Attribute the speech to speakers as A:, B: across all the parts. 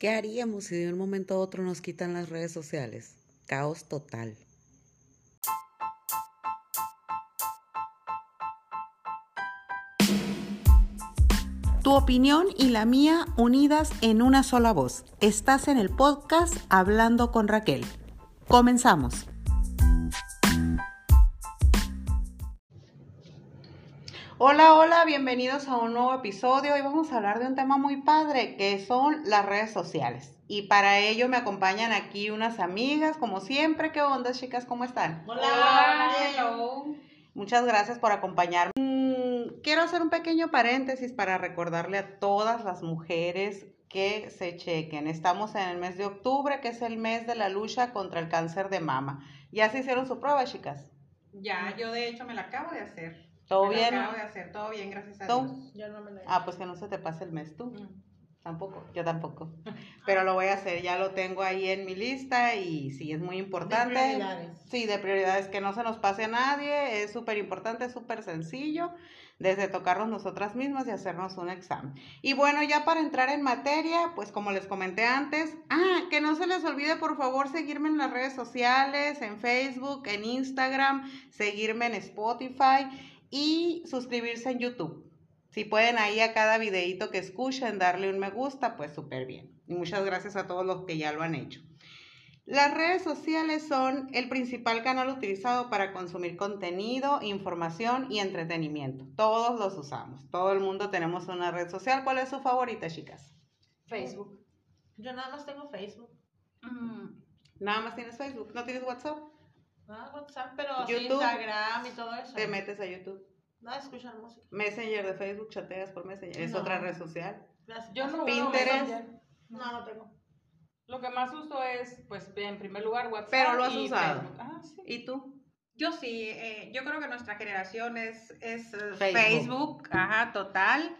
A: ¿Qué haríamos si de un momento a otro nos quitan las redes sociales? Caos total.
B: Tu opinión y la mía unidas en una sola voz. Estás en el podcast Hablando con Raquel. Comenzamos. Hola, hola, bienvenidos a un nuevo episodio. Hoy vamos a hablar de un tema muy padre que son las redes sociales. Y para ello me acompañan aquí unas amigas, como siempre. ¿Qué onda, chicas? ¿Cómo están?
C: Hola, hello.
B: Muchas gracias por acompañarme. Mm, Quiero hacer un pequeño paréntesis para recordarle a todas las mujeres que se chequen. Estamos en el mes de octubre, que es el mes de la lucha contra el cáncer de mama. ¿Ya se hicieron su prueba, chicas?
C: Ya, yo de hecho me la acabo de hacer.
B: ¿Todo
C: Me la
B: bien?
C: acabo de hacer, todo bien, gracias a
B: ¿Tú?
C: Dios.
D: Yo no me la he
B: Ah, pues que no se te pase el mes tú.
C: Mm.
B: Tampoco, yo tampoco. Pero lo voy a hacer, ya lo tengo ahí en mi lista y sí, es muy importante.
D: De prioridades.
B: Sí, de prioridades, que no se nos pase a nadie, es súper importante, es súper sencillo, desde tocarnos nosotras mismas y hacernos un examen. Y bueno, ya para entrar en materia, pues como les comenté antes, ah, que no se les olvide por favor seguirme en las redes sociales, en Facebook, en Instagram, seguirme en Spotify y suscribirse en YouTube. Si pueden ahí a cada videito que escuchen darle un me gusta, pues súper bien. Y muchas gracias a todos los que ya lo han hecho. Las redes sociales son el principal canal utilizado para consumir contenido, información y entretenimiento. Todos los usamos. Todo el mundo tenemos una red social. ¿Cuál es su favorita, chicas?
D: Facebook.
C: Mm.
D: Yo nada más tengo Facebook.
B: Nada más tienes Facebook, no tienes WhatsApp.
D: Ah, WhatsApp, pero así
B: YouTube.
D: Instagram y todo eso.
B: Te metes a YouTube.
D: No, escuchar música.
B: Messenger de Facebook, chateas por Messenger. Es
D: No.
B: otra red social.
D: Gracias.
E: Yo no uso
B: Pinterest.
E: Messenger.
D: No, no tengo.
E: Lo que más uso es, pues, en primer lugar, WhatsApp.
B: Pero lo has
E: y
B: usado.
E: Facebook. Ah, sí.
B: ¿Y tú?
C: Yo sí, eh, yo creo que nuestra generación es, es eh,
B: Facebook.
C: Facebook. ajá, total.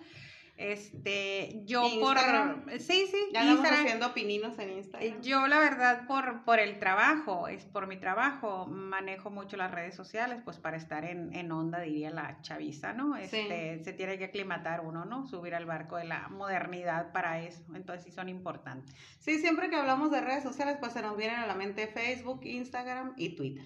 C: Este, yo
B: Instagram.
C: por sí, sí,
B: Ya andamos
C: Instagram.
B: haciendo pininos en Instagram.
C: Eh, Yo la verdad por, por el trabajo, es por mi trabajo, manejo mucho las redes sociales, pues para estar en, en onda, diría la chaviza, ¿no? Este, Se tiene que aclimatar uno, ¿no? Subir al barco de la modernidad para eso, entonces sí son importantes.
B: Sí, siempre que hablamos de redes sociales, pues se nos vienen a la mente Facebook, Instagram y Twitter.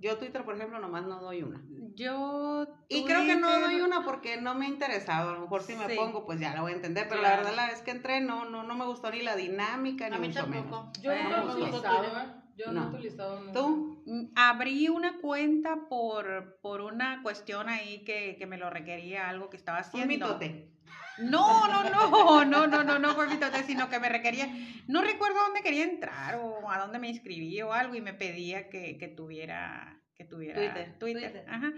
B: Yo Twitter, por ejemplo, nomás no doy una.
C: Yo...
B: Y creo que no
C: Twitter-
B: doy una porque no me ha interesado. A lo mejor si me
C: Sí.
B: pongo, pues ya la voy a entender. Pero la
E: Claro.
B: verdad, la vez que entré, no, no, no me gustó ni la dinámica, ni
D: A mí
B: mucho pues,
D: tampoco.
E: Yo
C: Eh,
E: nunca
C: no
E: lo
C: me
E: he
D: gustaba.
E: utilizado, ¿eh? Yo no,
B: No.
E: he utilizado nunca.
B: menos. ¿Tú?
C: Mm, Abrí una cuenta por, por una cuestión ahí que, que me lo requería algo que estaba
B: Un
C: haciendo.
B: mitote.
C: No, no, no, no, no, no, no fue mitote, sino que me requería, no recuerdo dónde quería entrar o a dónde me inscribí o algo y me pedía que, que tuviera, que tuviera
B: Twitter.
D: Twitter.
C: ajá.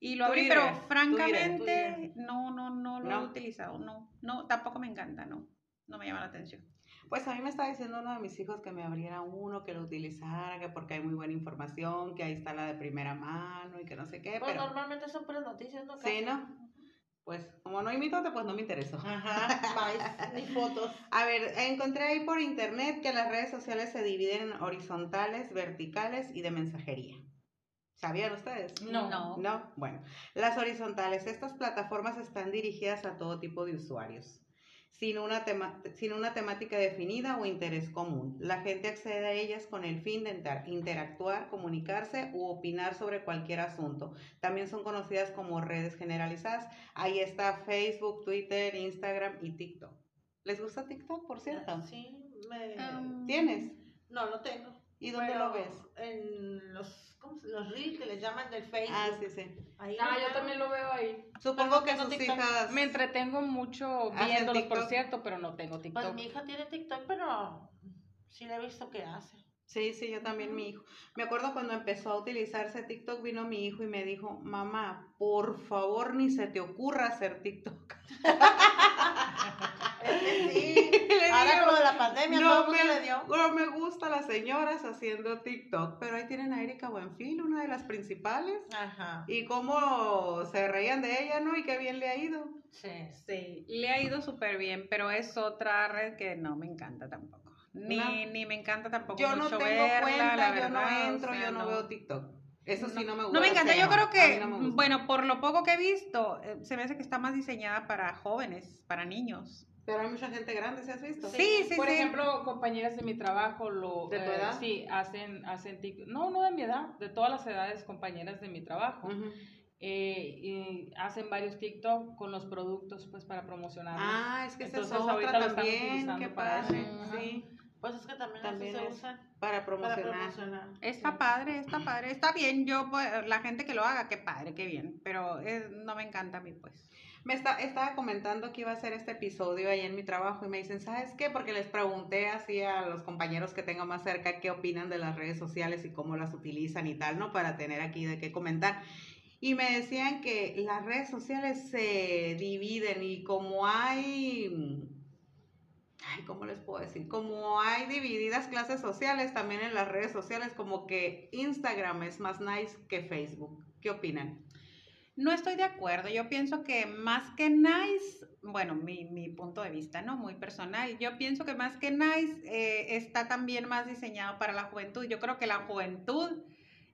C: Y lo abrí,
B: Twitter,
C: pero
B: Twitter,
C: francamente
D: Twitter.
C: no, no, no lo
B: No.
C: he utilizado, no, no, tampoco me encanta, no, no me llama la atención.
B: Pues a mí me estaba diciendo uno de mis hijos que me abriera uno, que lo utilizara, que porque hay muy buena información, que ahí está la de primera mano y que no sé qué.
D: Pues
B: pero
D: normalmente son puras noticias, ¿no?
B: sí, ¿no? Pues como no hay mitote, pues no me interesó.
D: Ajá, bye. Ni fotos.
B: A ver, encontré ahí por internet que las redes sociales se dividen en horizontales, verticales y de mensajería. ¿Sabían ustedes?
E: No.
C: No.
B: No, bueno, las horizontales, estas plataformas están dirigidas a todo tipo de usuarios, sin una, tema- sin una temática definida o interés común. La gente accede a ellas con el fin de inter- interactuar, comunicarse u opinar sobre cualquier asunto. También son conocidas como redes generalizadas. Ahí está Facebook, Twitter, Instagram y TikTok. ¿Les gusta TikTok, por cierto?
D: Ah, Sí, me...
C: Um,
B: ¿Tienes?
D: No, no tengo.
B: ¿Y dónde
D: Pero
B: lo ves?
D: En los, ¿cómo se- los reels que les llaman del Facebook.
B: Ah, sí, sí.
D: Ahí
E: Ah,
D: lo
E: yo
D: veo.
E: también lo veo ahí.
B: Supongo que
D: tengo
B: sus
D: TikTok.
B: hijas...
E: Me entretengo mucho
B: Hacen
E: viéndolos, por
B: TikTok.
E: cierto, pero no tengo
D: Pues
E: TikTok.
D: mi hija tiene TikTok, pero sí le he visto que hace.
B: Sí, sí, yo también, mi hijo. Me acuerdo cuando empezó a utilizarse TikTok, vino mi hijo y me dijo, mamá, por favor, ni se te ocurra hacer TikTok.
D: Es que sí.
B: Le dije,
D: Ahora con lo de la pandemia, todo el mundo
B: me,
D: le dio.
B: no me gusta las señoras haciendo TikTok, pero ahí tienen a Erika Buenfil, una de las principales,
D: Ajá.
B: y cómo se reían de ella, ¿no? Y qué bien le ha ido.
D: Sí.
C: Sí, le ha ido súper bien, pero es otra red que no me encanta tampoco. Ni,
B: No.
C: ni me encanta tampoco
B: Yo no
C: mucho
B: tengo
C: verla, la
B: cuenta, yo
C: verdad,
B: no
C: o
B: entro,
C: sea,
B: yo no,
C: no.
B: veo TikTok. Eso sí no me gusta.
C: No me encanta,
B: o sea,
C: yo creo
B: a mí
C: que,
B: no me gusta.
C: bueno, por lo poco que he visto, eh, se me hace que está más diseñada para jóvenes, para niños.
B: Pero hay mucha gente grande, ¿se has visto?
C: Sí, sí,
E: Por
C: sí.
E: ejemplo, compañeras de mi trabajo lo...
B: ¿De tu
E: eh,
B: edad?
E: sí, hacen, hacen tic- No, no de mi edad, de todas las edades, compañeras de mi trabajo.
B: Ujú.
E: Eh, y hacen varios TikTok con los productos, pues, para promocionarlos.
B: Ah, es que esa es
E: Entonces,
B: otra
E: ahorita lo están
B: también,
E: utilizando
B: qué
E: para
B: padre.
E: eso. Ajá.
B: Sí,
D: Pues es que también,
B: También
D: así
B: es
D: se usan
B: para
D: para
B: promocionar.
D: promocionar.
C: Está padre, está padre. Está bien, yo, pues, la gente que lo haga, qué padre, qué bien. Pero eh, no me encanta a mí, pues.
B: Me está, estaba comentando que iba a hacer este episodio ahí en mi trabajo y me dicen, ¿sabes qué? Porque les pregunté así a los compañeros que tengo más cerca qué opinan de las redes sociales y cómo las utilizan y tal, ¿no? Para tener aquí de qué comentar. Y me decían que las redes sociales se dividen y como hay... Ay, ¿cómo les puedo decir? Como hay divididas clases sociales, también en las redes sociales, como que Instagram es más nice que Facebook. ¿Qué opinan?
C: No estoy de acuerdo. Yo pienso que más que nice, bueno, mi, mi punto de vista, ¿no? Muy personal. Yo pienso que más que nice eh, está también más diseñado para la juventud. Yo creo que la juventud,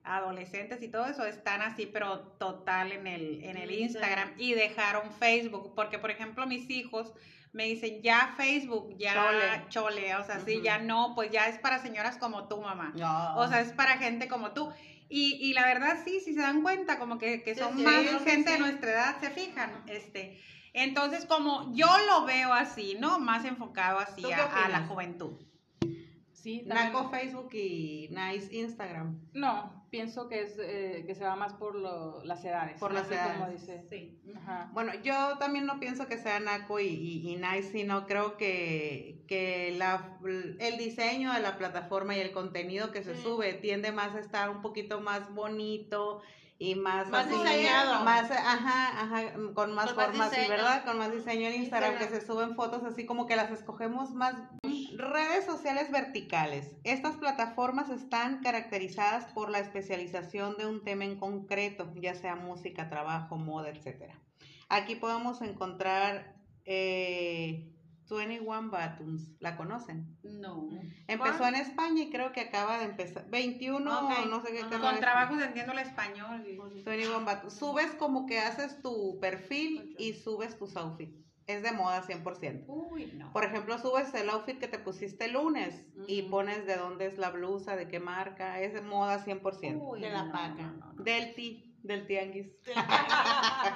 C: adolescentes y todo eso, están así, pero total en el, en el Instagram y dejaron Facebook. Porque, por ejemplo, mis hijos me dicen, ya Facebook, ya
B: Chole.
C: chole, o sea, sí,
B: Ujú.
C: ya no, pues ya es para señoras como tú, mamá.
B: No.
C: O sea, es para gente como tú. Y, y la verdad, sí, si se dan cuenta, como que, que
D: Sí,
C: son
D: sí,
C: más
D: yo creo que
C: gente de
D: sí.
C: nuestra edad, se fijan. Este, entonces, como yo lo veo así, ¿no? Más enfocado así
B: ¿Tú qué
C: a, a la
B: opinas?
C: juventud.
E: Sí, también-
B: Naco Facebook y Nice Instagram.
E: No, pienso que es eh, que se va más por lo- las edades.
B: Por las
E: así Como
B: edades,
E: dice.
D: Sí.
E: Ajá.
B: Bueno, yo también no pienso que sea Naco y, y- y Nice, sino creo que, que la, el diseño de la plataforma y el contenido que se
D: Sí.
B: sube tiende más a estar un poquito más bonito y más,
D: Más
B: así,
D: diseñado.
B: Más, ajá, ajá, con más
D: Con más
B: formas, sí,
D: diseño.
B: ¿verdad? Con más diseño en Instagram, que
D: Instagram.
B: se suben fotos así como que las escogemos más Redes sociales verticales. Estas plataformas están caracterizadas por la especialización de un tema en concreto, ya sea música, trabajo, moda, etc. Aquí podemos encontrar eh, 21 Buttons. ¿La conocen?
C: No.
B: Empezó
D: ¿Cuál?
B: en España y creo que acaba de empezar. 21,
D: Ok.
B: no sé qué. Pues
D: Ajá.
B: acaba
C: Con
B: de-
C: trabajos entiendo el español.
B: 21 Buttons. Subes como que haces tu perfil y subes tus outfits. Es de moda 100%.
C: Ah, Uy, no.
B: Por ejemplo, subes el outfit que te pusiste el lunes y
E: Ujú.
B: pones de dónde es la blusa, de qué marca, es de moda 100%.
C: Uy,
D: de la
C: no,
D: paca.
C: no, no, no.
B: Del ti, del tianguis.
D: Del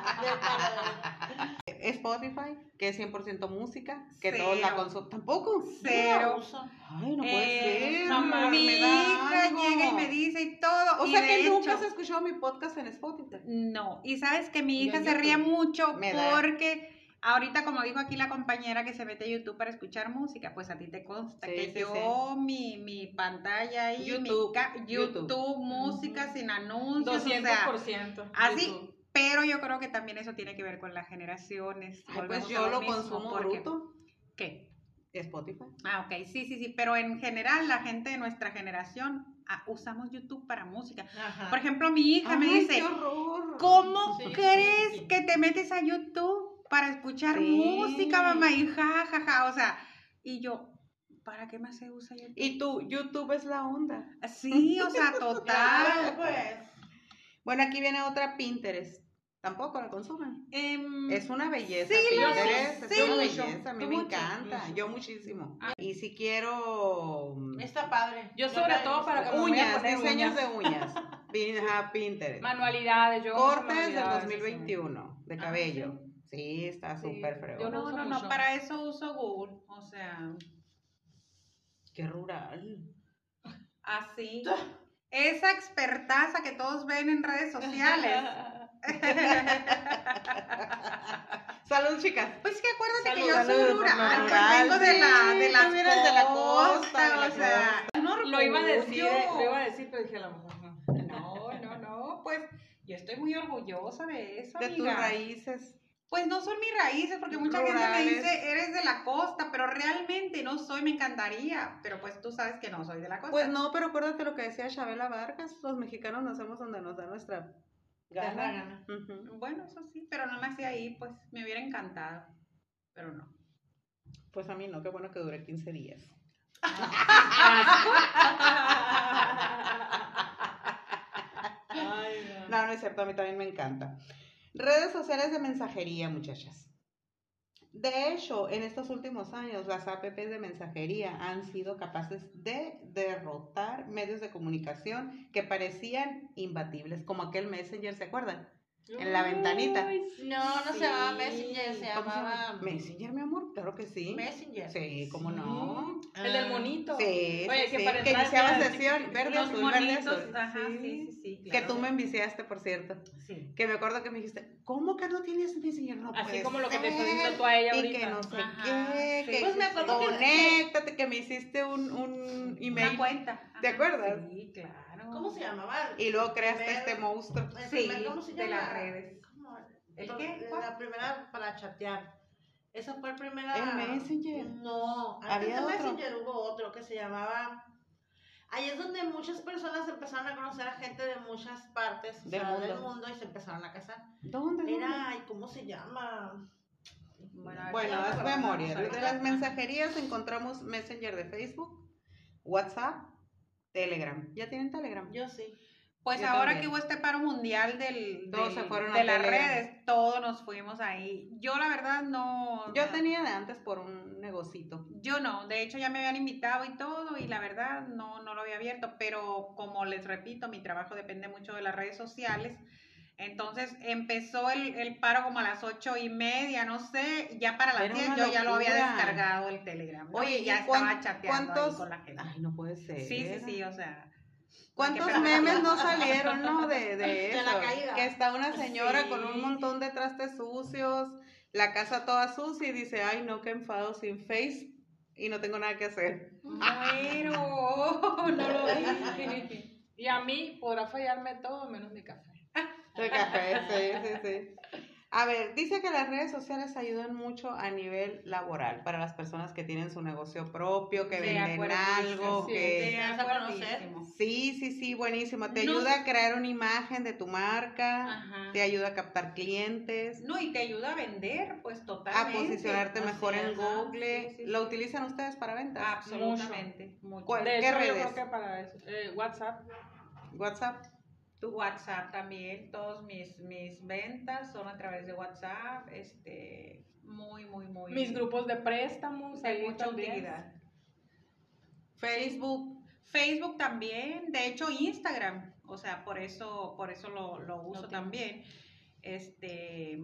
D: paradero.
B: Spotify, que es 100% música, que
C: Cero.
B: todos la consumen. Tampoco.
D: Yo la
C: Cero.
D: uso.
B: Ay, no
C: Eh,
B: puede ser.
C: no,
B: me
C: mi
B: da
C: hija
B: algo.
C: llega y me dice y todo.
B: O
C: y
B: sea
C: de
B: que nunca
C: hecho-
B: has escuchado mi podcast en Spotify.
C: No, y sabes que mi
B: Y
C: hija
B: en
C: se ría
B: YouTube.
C: mucho
B: Me da.
C: porque ahorita, como dijo aquí la compañera que se mete a YouTube para escuchar música, pues a ti te consta
B: Sí,
C: que
B: sí,
C: yo, Mi, mi pantalla y
B: YouTube,
C: mi ca-
B: YouTube.
C: YouTube, música sin anuncios, o sea,
E: 200%.
C: así.
E: YouTube.
C: Pero yo creo que también eso tiene que ver con las generaciones.
B: Ay, pues
C: volvemos a
B: yo lo
C: mismo,
B: consumo
C: porque-
B: bruto.
C: ¿Qué?
B: Spotify.
C: Ah, ok, sí, sí, sí, pero en general la gente de nuestra generación ah, usamos YouTube para música.
D: Ajá.
C: Por ejemplo, mi hija me
B: Ay,
C: dice,
B: qué horror.
C: ¿Cómo
D: Sí, sí,
C: crees
D: sí.
C: que te metes a YouTube para escuchar
B: Sí.
C: música, mamá? Y ja, ja, ja, o sea, y yo, ¿para qué más se usa YouTube?
B: Y tú, YouTube es la onda.
C: Sí, o sea,
D: Claro,
C: total.
D: pues.
B: Bueno, aquí viene otra Pinterest. Tampoco la consumen.
C: Em,
B: Es una belleza.
C: Sí, la
B: Pinterest,
C: uso,
B: es
C: sí.
B: una
C: Mucho,
B: belleza. A mí
E: tú
B: me
E: mucho.
B: encanta.
E: Ujú.
B: Yo muchísimo. Y si quiero mm,
D: Está padre.
E: Yo sobre
D: la
E: todo para
D: uso.
E: que me voy a
B: uñas,
E: poner
B: diseños
E: uñas.
B: de uñas. Pin- ajá, Pinterest.
E: Manualidades, yo. uso
B: Cortes del
E: manualidades,
B: 2021 de
E: Ah,
B: cabello. Sí, está
E: Sí,
B: súper
E: yo
B: fregón.
E: lo
C: no,
E: uso
C: no, no,
E: mucho.
C: para eso uso Google, o sea,
B: Qué rural.
C: así. Esa expertaza que todos ven en redes sociales.
B: Salud, chicas.
C: Pues que acuérdate que
B: Salud,
C: yo soy
B: salud,
C: rural, pues
B: rural,
C: vengo de la,
B: sí,
C: de
B: tú
C: las
B: vienes de la costa,
C: costas,
B: de la
C: o sea,
E: Lo iba a decir, eh,
C: orgullo.
E: lo iba a decir, pero dije a lo mejor no.
C: No, no, no, pues yo estoy muy orgullosa de eso,
B: De tus
C: amiga.
B: raíces.
C: Pues no son mis raíces, porque mucha
B: Rurales.
C: gente me dice, eres de la costa, pero realmente no soy, me encantaría, pero pues tú sabes que no soy de la costa.
B: Pues no, pero acuérdate lo que decía Chabela Vargas. Los mexicanos nacemos donde nos da nuestra
D: Gana,
B: gana.
D: gana.
B: Ujú.
C: Bueno, eso sí, pero no nací ahí, pues me hubiera encantado, pero no.
B: Pues a mí no, qué bueno que dure 15 días.
E: Ay, no.
B: No, no es cierto, a mí también me encanta. Redes sociales de mensajería, muchachas. De hecho, en estos últimos años, las APPs de mensajería han sido capaces de derrotar medios de comunicación que parecían imbatibles, como aquel Messenger, ¿se acuerdan? En la ventanita.
D: No, no
E: Sí.
D: se llamaba Messenger, se
B: ¿Cómo se
D: llamaba
B: llama? Messenger, mi amor, claro que sí.
D: Messenger.
B: Sí, cómo no.
E: El del monito.
B: Ah, Sí,
E: Oye,
B: sí,
E: que
B: sí,
E: para
B: que
E: entrar
B: iniciaba
E: era-
B: sesión, verde,
E: los
B: azul, verde,
E: monitos,
B: azul.
E: Ajá, sí,
B: Sí.
E: sí, sí.
B: Que
E: claro.
B: tú me enviciaste, por cierto.
D: Sí.
B: Que me acuerdo que me dijiste, ¿cómo que no tienes Messenger? No
E: Así
B: puede
E: como lo que te estoy
B: ser".
E: diciendo tú a ella
B: Pues y
E: ahorita.
B: que no sé
D: Ajá,
B: qué,
E: sí.
B: que
D: Pues me acuerdo que-
B: conéctate, que, me hiciste un, un
C: Una
B: email
C: cuenta.
B: Oh, ¿Te
C: Ajá,
B: acuerdas?
C: Sí, claro.
D: ¿Cómo se llamaba?
B: y luego creaste
D: Ver-
B: este monstruo.
D: El
C: Sí,
D: primer- ¿cómo se
C: de
D: llama?
C: las redes.
D: ¿Cómo?
C: ¿El qué?
D: La primera para chatear. Esa fue el primera.
B: El Messenger.
D: No, antes
B: Había
D: de
B: otro.
D: Messenger hubo otro que se llamaba. Ahí es donde muchas personas empezaron a conocer a gente de muchas partes o
B: Del
D: sea, del
B: mundo.
D: mundo y se empezaron a casar.
B: ¿Dónde? dónde?
D: Era, ay, ¿cómo se llama?
E: Bueno,
B: Bueno,
D: ahorita
B: es
D: lo
B: memoria.
D: recordamos,
B: De
D: ahorita.
B: las mensajerías encontramos Messenger de Facebook, WhatsApp, Telegram. ¿Ya tienen Telegram?
D: Yo sí.
C: Pues
B: Yo
C: ahora
B: también.
C: que hubo este paro mundial del,
B: Todos
C: del-
B: se fueron a
C: de las
B: Telegram.
C: redes, todos nos fuimos ahí. Yo la verdad no...
B: Yo tenía de antes por un negocito.
C: Yo no, de hecho ya me habían invitado y todo y la verdad no, no lo había abierto, pero como les repito, mi trabajo depende mucho de las redes sociales. Entonces empezó el, el paro como a las ocho y media, no sé, ya para las
B: Era
C: diez
B: una
C: yo ya lo había
B: locura.
C: descargado el Telegram. ¿no?
B: Oye,
C: Y ya
B: ¿y cuán-
C: estaba chateando ahí
B: cuántos- Ah,
C: con la gente.
B: Ay, no puede ser.
C: Sí, sí, sí, o sea.
B: ¿Cuántos
C: Porque-
B: memes no salieron, no? De, de
D: De
B: eso.
D: la caída.
B: Que está una señora con
C: Sí.
B: un montón de trastes sucios, la casa toda sucia y dice, ay, no, qué enfado sin face y no tengo nada que hacer.
C: Bueno,
E: No lo vi. Y a mí podrá fallarme todo menos mi café.
B: De café, sí, sí, sí. A ver, dice que las redes sociales ayudan mucho a nivel laboral para las personas que tienen su negocio propio, que
C: De
B: venden
C: acuerdo,
B: algo,
E: sí,
B: que...
D: Te das a conocer.
C: Buenísimo.
B: Sí, sí, sí, buenísimo. Te
C: No
B: ayuda a crear una imagen de tu marca,
C: Ajá.
B: te ayuda a captar clientes.
C: No, y te ayuda a vender, pues
B: a
C: totalmente.
B: posicionarte
C: Así
B: mejor en
C: es, ¿no?
B: Google.
C: Sí, sí,
B: ¿Lo
C: sí.
B: utilizan ustedes para ventas?
C: Absolutamente. mucho.
B: ¿Cuál?
E: De
B: ¿Qué
E: hecho,
B: redes?
E: yo creo que para eso. eh, WhatsApp.
C: Ah,
B: WhatsApp.
C: Tu WhatsApp también, todos mis, mis ventas son a través de WhatsApp, este, muy, muy, muy.
E: Mis grupos de préstamos.
C: de
E: ahí
C: mucha
E: también.
C: utilidad.
B: Facebook.
C: Facebook también, de hecho Instagram, o sea, por eso, por eso lo, lo uso
E: Ok.
C: también. Este,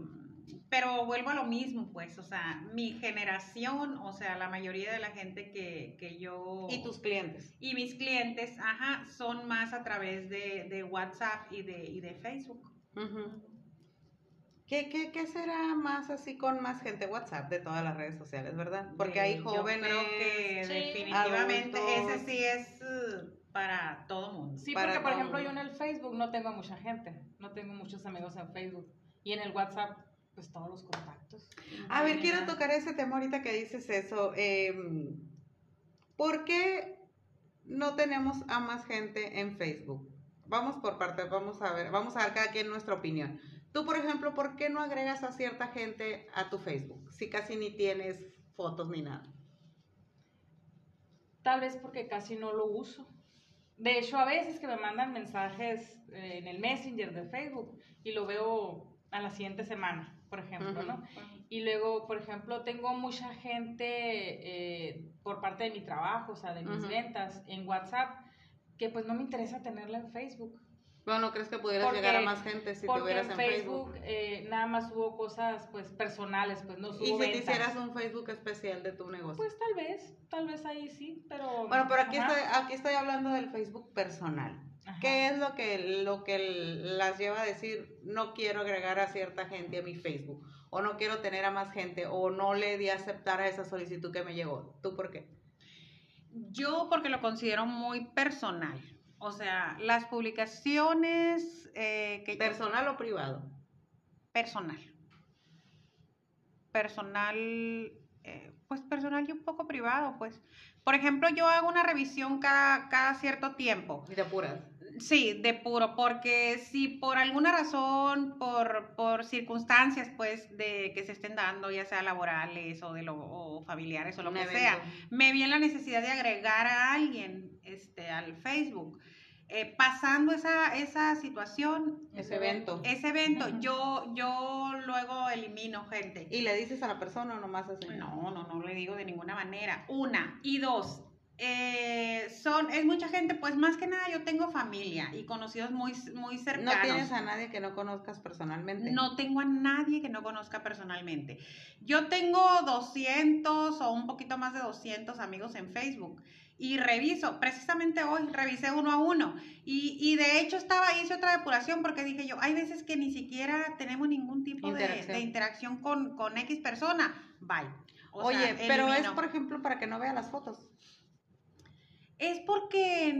C: pero vuelvo a lo mismo, pues, o sea, mi generación, o sea, la mayoría de la gente que, que yo...
B: Y tus clientes.
C: y mis clientes, ajá, son más a través de, de WhatsApp y de, y de Facebook.
B: ¿Qué, qué, qué será más así con más gente? WhatsApp de todas las redes sociales, ¿verdad? Porque
C: De-
B: hay
C: Yo creo
B: jóvenes.
C: que
E: sí,
C: definitivamente
B: adultos.
C: ese sí es eh, para todo mundo.
E: Sí,
B: Para
E: porque por
B: todo
E: ejemplo yo en
B: mundo.
E: el Facebook no tengo mucha gente. No tengo muchos amigos en Facebook. Y en el WhatsApp, pues todos los contactos.
B: A ver, quiero
C: Ajá.
B: tocar ese tema ahorita que dices eso. Em, ¿Por qué no tenemos a más gente en Facebook? Vamos por partes, vamos a ver, vamos a dar cada quien nuestra opinión. Tú, por ejemplo, ¿por qué no agregas a cierta gente a tu Facebook? Si casi ni tienes fotos ni nada.
E: Tal vez porque casi no lo uso. De hecho, a veces que me mandan mensajes eh, en el Messenger de Facebook y lo veo a la siguiente semana, por ejemplo,
B: Ujú.
E: ¿no? Y luego, por ejemplo, tengo mucha gente eh, por parte de mi trabajo, o sea, de mis
B: Ujú.
E: ventas en WhatsApp, que pues no me interesa tenerla en Facebook.
B: Bueno, ¿no crees que pudieras
E: Porque-
B: llegar a más gente si
E: porque
B: tuvieras
E: en Facebook, eh, nada más subo cosas pues personales, pues no subo
B: Y si te
E: ventas.
B: hicieras un Facebook especial de tu negocio.
E: Pues tal vez, tal vez ahí sí, pero...
B: bueno, pero aquí
E: ajá,
B: estoy, aquí estoy hablando del Facebook personal.
E: ajá.
B: ¿Qué es lo que, lo que las lleva a decir, no quiero agregar a cierta gente a mi Facebook? O no quiero tener a más gente, o no le di a aceptar a esa solicitud que me llegó. ¿Tú por qué?
C: Yo porque lo considero muy personal. O sea, las publicaciones eh, que yo-
B: ¿Personal o privado?
C: personal. Personal, eh, pues personal y un poco privado, pues. Por ejemplo, yo hago una revisión cada, cada cierto tiempo.
B: Y te apuras.
C: Sí, de puro, porque si por alguna razón, por, por circunstancias, pues, de que se estén dando, ya sea laborales o de lo o familiares o lo
B: Un
C: que
B: evento.
C: sea, me vi en la necesidad de agregar a alguien este, al Facebook. eh, pasando esa, esa situación,
B: Ese evento.
C: ese evento,
E: Ujú.
C: yo, yo luego elimino gente.
B: ¿Y le dices a la persona o nomás así?
C: No, no, no le digo de ninguna manera. Una. Y dos. eh, son, es mucha gente, pues más que nada yo tengo familia y conocidos muy, muy
B: ¿No
C: cercanos.
B: tienes a nadie que no conozcas personalmente?
C: No tengo a nadie que no conozca personalmente. Yo tengo 200 o un poquito más de 200 amigos en Facebook y reviso, precisamente hoy revisé uno a uno y, y de hecho estaba, hice otra depuración porque dije yo, hay veces que ni siquiera tenemos ningún tipo de- De,
B: Interacción.
C: interacción con, con X persona. Bye. O
B: Oye,
C: sea,
B: pero es,
C: elimino.
B: por ejemplo, para que no vea las fotos.
C: Es porque...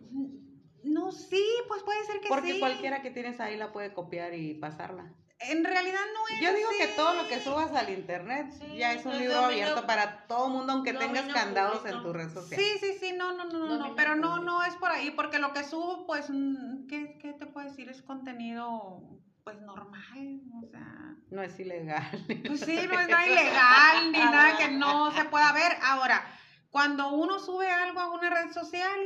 C: mm, No, sí, pues puede ser que
B: Porque
C: sí.
B: cualquiera que tienes ahí la puede copiar y pasarla.
C: En realidad no es
B: Yo digo que
C: así.
B: todo lo que subas al internet
D: Sí,
B: ya es un
C: pues,
D: es
B: libro
D: dominio-
B: abierto para todo mundo, aunque tengas
D: dominio
B: candados
D: público.
B: en tu red social.
C: Sí, sí, sí, no, no, no, no, no,
D: Dominio
C: pero no,
D: público.
C: no es por ahí, porque lo que subo, pues, mm, ¿qué, qué te puedo decir? Es contenido, pues, normal, o sea,
B: No es ilegal.
C: pues sí, no es nada ilegal ni nada que no se pueda ver. Ahora, cuando uno sube algo a una red social,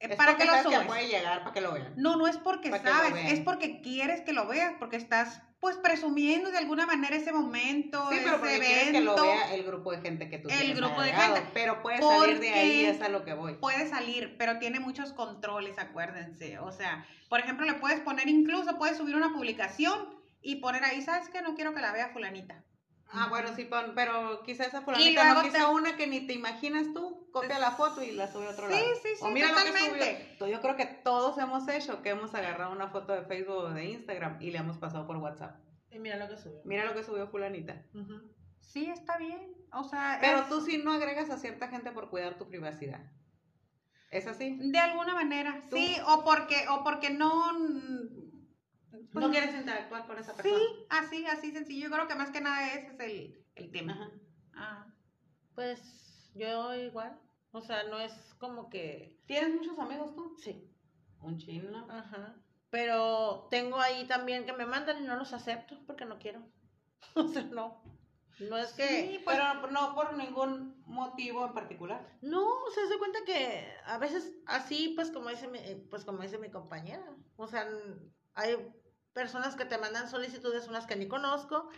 C: eh,
B: Es
C: ¿para
B: porque
C: qué lo
B: sabes
C: subes?
B: puede llegar, para que lo vean.
C: No, no es porque
B: Para que lo
C: sabes,
B: vean.
C: es porque quieres que lo veas, porque estás, pues, presumiendo de alguna manera ese momento,
B: Sí,
C: ese
B: pero porque quieres que lo
C: evento.
B: vea el grupo de gente que tú
C: El
B: tienes
C: grupo de
B: agregado,
C: gente.
B: Pero puede
C: Porque-
B: salir de ahí, es a lo que voy.
C: puede salir, pero tiene muchos controles, acuérdense. O sea, por ejemplo, le puedes poner incluso, puedes subir una publicación y poner ahí, ¿sabes qué? No quiero que la vea fulanita.
B: Ah, bueno, sí, pon- pero quizá esa fulanita
C: luego
B: no quiso
C: te-
B: una que ni te imaginas tú, copia la foto y la sube a otro
C: Sí,
B: lado.
C: sí, sí,
B: O mira lo que
C: totalmente.
B: subió. Yo creo que todos hemos hecho que hemos agarrado una foto de Facebook o de Instagram y le hemos pasado por WhatsApp.
D: Y mira lo que subió.
B: Mira lo que subió fulanita.
D: Ujú.
C: Sí, está bien. O sea,
B: Pero
C: es-
B: tú sí no agregas a cierta gente por cuidar tu privacidad. ¿Es así?
C: de alguna manera,
B: Tú-
C: sí, o porque, o porque no... pues,
D: No quieres interactuar con esa persona.
C: sí, así, así sencillo. Yo creo que más que nada ese es el, el tema.
B: Ajá.
C: Ah.
D: Pues yo igual. O sea, no es como que.
B: ¿Tienes muchos amigos tú?
D: Sí.
B: Un chino.
D: Ajá. Pero tengo ahí también que me mandan y no los acepto porque no quiero. O sea, no. No es que.
B: Sí, pero no por ningún motivo en particular.
D: No, o sea, se cuenta que a veces así, pues como dice mi, eh, pues como dice mi compañera, o sea, n- hay personas que te mandan solicitudes, unas que ni conozco,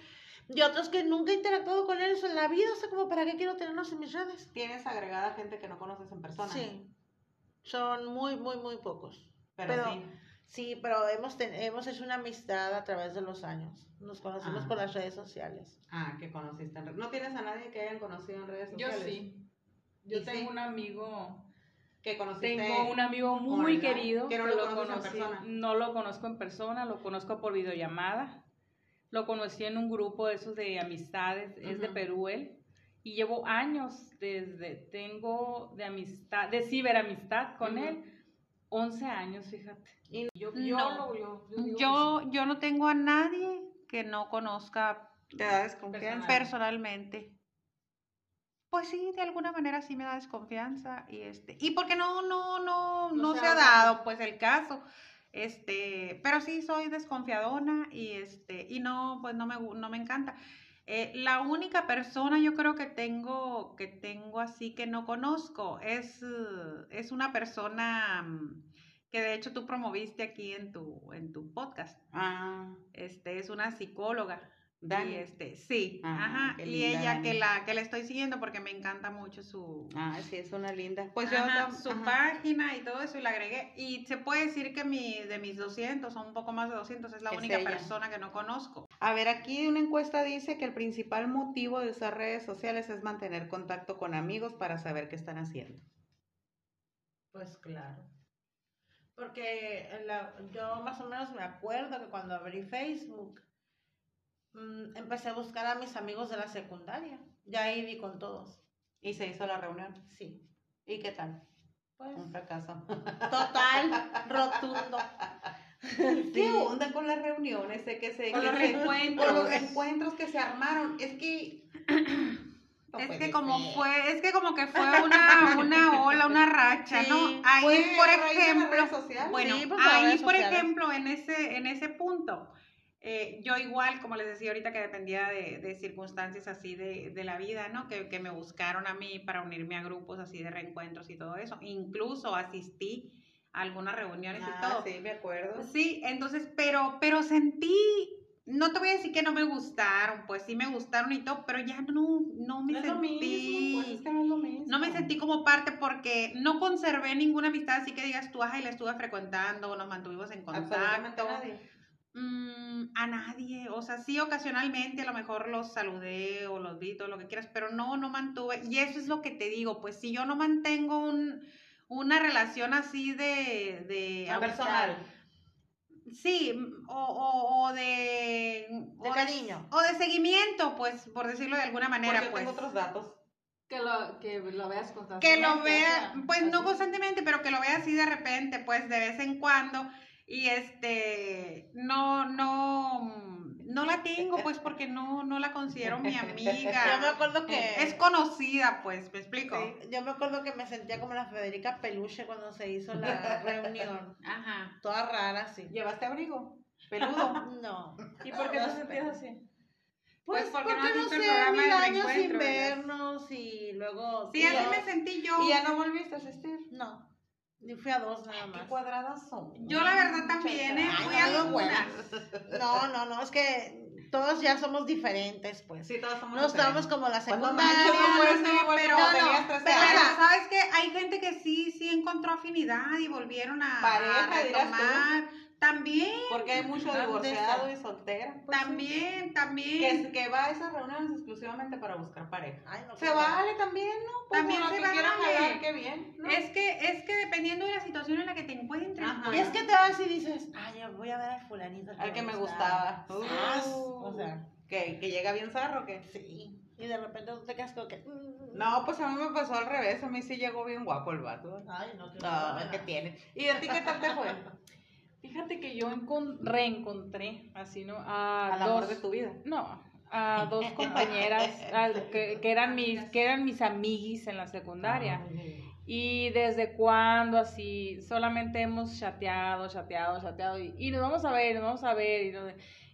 D: y otros que nunca he interactuado con ellos en la vida, o sea, como para qué quiero tenerlos en mis redes.
B: Tienes agregada gente que no conoces en persona.
D: Sí, son muy, muy, muy pocos.
B: Pero,
D: Pero-
B: sí.
D: Sí, pero hemos, ten- hemos hecho una amistad a través de los años, nos conocemos
B: Ah.
D: por las redes sociales.
B: Ah, que conociste en redes. ¿No tienes a nadie que hayan conocido en redes
E: Yo
B: sociales?
E: sí. Yo
B: ¿Y
E: tengo
B: sí?
E: un amigo
B: Que conociste.
E: Tengo un amigo muy
B: online,
E: querido
B: que no lo conoces en
E: conocí-
B: persona.
E: No lo conozco en persona, lo conozco por videollamada. Lo conocí en un grupo de esos de amistades, es de
B: Ujú.
E: Perú él. Y llevo años desde, tengo de amistad, de ciberamistad con
B: Ujú.
E: él, 11 años, fíjate.
B: Y
E: yo,
C: No.
E: lo- yo- yo digo que
C: Yo, yo no tengo a nadie que no conozca
B: Te da desconfianza.
E: Personal.
C: personalmente. Pues sí, de alguna manera sí me da desconfianza y este y porque no no no no, se, ha dado pues el caso. Este, pero sí soy desconfiadona y este y no pues no me gu- no me encanta. Eh, la única persona yo creo que tengo que tengo así que no conozco es eh, es una persona mm, que de hecho tú promoviste aquí en tu en tu podcast.
B: Ah,
C: Este es una psicóloga y
B: Dani.
C: este, sí,
B: Ah,
C: ajá,
B: qué
C: y
B: linda
C: ella
B: Dani.
C: que la que la estoy siguiendo porque me encanta mucho su
B: Ah, sí, es una linda. Pues yo
C: ajá,
B: tam-
C: su
B: ajá.
C: página y todo eso y la agregué y se puede decir que mi de mis 200 o un poco más de 200 es la
B: Es
C: única
B: ella.
C: persona que no conozco.
B: A ver, aquí una encuesta dice que el principal motivo de usar redes sociales es mantener contacto con amigos para saber qué están haciendo.
D: Pues claro. Porque en la- yo más o menos me acuerdo que cuando abrí Facebook, mm, empecé a buscar a mis amigos de la secundaria. Ya ahí di con todos.
B: Y se hizo la reunión.
D: Sí.
B: ¿Y qué tal?
D: Pues
B: Un fracaso.
D: total, rotundo.
B: ¿Qué onda con las reuniones? Sé que se,
D: Con
B: que
D: los
B: se-
D: reencuentros.
B: con los encuentros que se armaron. Es que. No
C: es
B: puede
C: que como
B: ser.
C: fue, es que como que fue una una ola, una racha,
D: Sí,
C: ¿no? Ahí,
B: Fue
C: por
B: a raíz de las
C: ejemplo,
B: redes sociales.
C: Bueno,
D: Sí, pues, las
C: ahí
D: redes
C: por
D: sociales.
C: ejemplo en ese en ese punto Eh, yo igual, como les decía ahorita, que dependía de, de circunstancias así de, de la vida, ¿no? Que, que me buscaron a mí para unirme a grupos así de reencuentros y todo eso. Incluso asistí a algunas reuniones y
B: Ah,
C: todo.
B: sí, me acuerdo.
C: Sí, entonces, pero, pero sentí, no te voy a decir que no me gustaron, pues sí me gustaron y todo, pero ya no, no me
E: No es lo
C: sentí.
E: mismo, pues, es que no es lo mismo.
C: No me sentí como parte porque no conservé ninguna amistad, así que digas tú, ay, la estuve frecuentando o nos mantuvimos en
B: Absolutamente
C: contacto.
B: nadie.
C: Mm, a nadie, o sea, sí ocasionalmente a lo mejor los saludé o los vi, todo lo que quieras, pero no, no mantuve. Y eso es lo que te digo, pues si yo no mantengo un, una relación así de... de amistad,
B: Personal.
C: Sí, mm, o, o, o de... mm, o
D: De cariño.
C: O de seguimiento, pues, por decirlo de alguna manera,
B: Porque yo
C: pues.
B: tengo otros datos.
E: Que lo, que lo veas
C: que
E: constantemente.
C: lo vea,
E: o sea,
C: pues no
E: así.
C: constantemente, pero que lo vea así de repente, pues de vez en cuando. Y este, no, no, mm, no la tengo, pues porque no, no la considero mi
D: Yo me
C: amiga.
D: acuerdo que.
C: Es conocida, pues, ¿me explico?
D: Sí, Yo me acuerdo que me sentía como la Federica Peluche cuando se hizo la reunión.
C: Ajá.
D: Toda rara, así.
B: ¿Llevaste abrigo? Peludo. Pues,
D: No.
E: ¿Y por qué te sentías así?
C: Pues, porque no has visto el
D: sé,
C: programa
D: mil
C: del
D: años sin
C: reencuentro, ¿verdad?
D: vernos y luego.
C: Sí, así me sentí yo.
B: ¿Y ya no volviste a asistir?
D: No. Ni fui a dos nada
B: Qué
D: más.
B: cuadradas son.
C: Yo la verdad también, ¿eh?
D: Ay,
C: Fui
D: no
C: a
D: me digo
C: algunas.
D: No, no, no. Es que todos ya somos diferentes, pues.
B: Sí, todos somos
D: no estamos como la
B: Cuando este,
D: segunda.
B: manches, no puedes ser igual
C: pero-
B: como
C: no, no,
B: tenías 13
C: Pero,
D: Pero, o
B: años.
D: sea,
C: ¿sabes qué? Hay gente que sí, sí encontró afinidad y volvieron a, a
B: Pareja, dirás tú.
C: retomar. También,
B: Porque hay mucho
D: ¿Dónde
B: divorciado
D: está?
B: y soltera. pues,
C: también,
B: sí.
C: también.
B: Que, que va a esas reuniones exclusivamente para buscar pareja.
D: Ay, no,
B: Se
D: qué
B: vale también, ¿no? Pues,
C: También
B: lo
C: se
B: que quieran
C: vale.
B: jalar, qué bien. ¿no?
C: Es que, es que dependiendo de la situación en la que te encuentres.
B: Ajá.
C: pues.
D: Y es que te vas y dices, ay, yo voy a ver al fulanito.
B: Al que me gustaba.
D: Sas,
B: Uh.
D: O sea,
B: ¿Que, que llega bien zarro, que
D: sí. Y de repente tú te quedas como que. mm,
B: No, pues a mí me pasó al revés. A mí sí llegó bien guapo el vato.
D: Ay, no, qué
B: No,
D: fenómeno.
B: ¿qué tiene? ¿Y a ti qué tal te fue?
E: Fíjate que yo encon- reencontré, así, ¿no? A
B: Al amor
E: dos-
B: de tu vida.
E: No, a dos compañeras al- que, que eran mis, que eran mis amiguis en la secundaria. Y desde cuándo así, solamente hemos chateado, chateado, chateado, y, y nos vamos a ver, nos vamos a ver, y, no-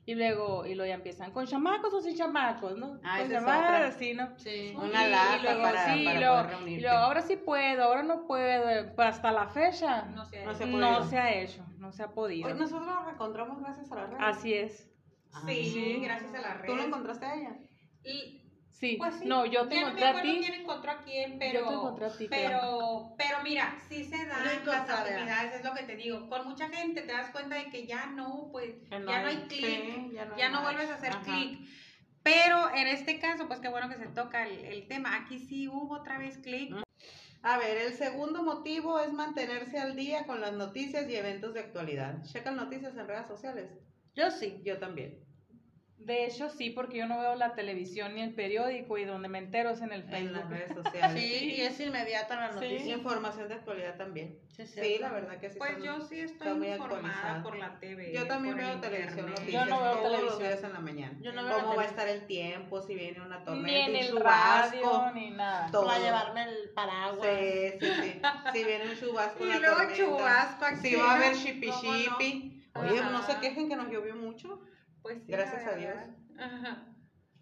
E: y luego, y luego ya empiezan, ¿con chamacos o sin chamacos, no?
B: Ah, esa
E: con
B: es
E: chamacos,
B: otra.
E: así, ¿no?
D: Sí.
B: Una
E: Y-
B: lata
E: y luego,
B: para,
E: sí,
B: para
E: y luego-
B: poder
E: y
B: reunirte.
E: luego, ahora sí puedo, ahora no puedo, eh, pues, hasta la fecha
C: No sé.
B: No
E: no
B: se
E: se,
B: ha podido.
E: ha hecho, no se ha podido.
B: Hoy Pues nosotros nos reencontramos gracias a la red.
E: Así es.
C: Sí,
E: Ah, Sí.
C: gracias a la red.
B: ¿Tú lo encontraste a ella?
C: Y,
E: Sí.
C: pues sí.
E: No, yo te
C: ya no me
E: encontré a
C: acuerdo
E: ti.
C: quién encontró a quién,
E: Yo te
C: pero.
E: encontré a ti. creo.
C: Pero, pero mira, sí se dan
D: Rico
C: las
D: sabe.
C: afinidades, es lo que te digo. Con mucha gente te das cuenta de que ya no, pues, ya no hay clic.
B: Sí, ya no,
C: ya
B: hay
C: no
B: match.
C: vuelves a hacer
B: Ajá.
C: clic. Pero en este caso, pues qué bueno que se toca el, el tema. Aquí sí hubo otra vez
B: Mm,
C: clic.
B: A ver, el segundo motivo es mantenerse al día con las noticias y eventos de actualidad. ¿Checan noticias en redes sociales?
D: Yo sí.
B: Yo también.
E: De hecho, sí, porque yo no veo la televisión ni el periódico y donde me entero es en el
B: En las
E: Facebook.
B: redes sociales.
D: Sí, y es inmediata la
E: Sí.
D: noticia.
B: Información de actualidad también.
D: Sí,
B: Sí, la verdad que sí.
C: Pues
B: son-
C: yo sí
B: está
C: estoy
B: muy
C: informada
B: actualizado.
C: por la TV.
B: Yo también
C: por el
B: veo televisión
C: internet.
B: noticias
E: Yo no veo
B: todos los
E: televisión.
B: días en la mañana.
D: Yo no veo
B: ¿Cómo
D: la
B: va a
D: tele.
B: estar el tiempo? Si viene una
E: Ni
B: tormenta,
E: en
B: un
E: el
B: chubasco.
E: radio, ni nada.
B: todo.
D: Para llevarme el paraguas.
B: Sí, sí, sí. Si viene un chubasco, una
C: Y luego
B: tormenta.
C: chubasco aquí.
B: Si va a haber
C: ¿no?
B: shipi
C: ¿Cómo no?
B: shipi. Oye, no se
C: Ajá.
B: quejen que nos llovió mucho.
C: Pues sí,
B: Gracias
C: la
B: a Dios.
C: verdad. Ajá.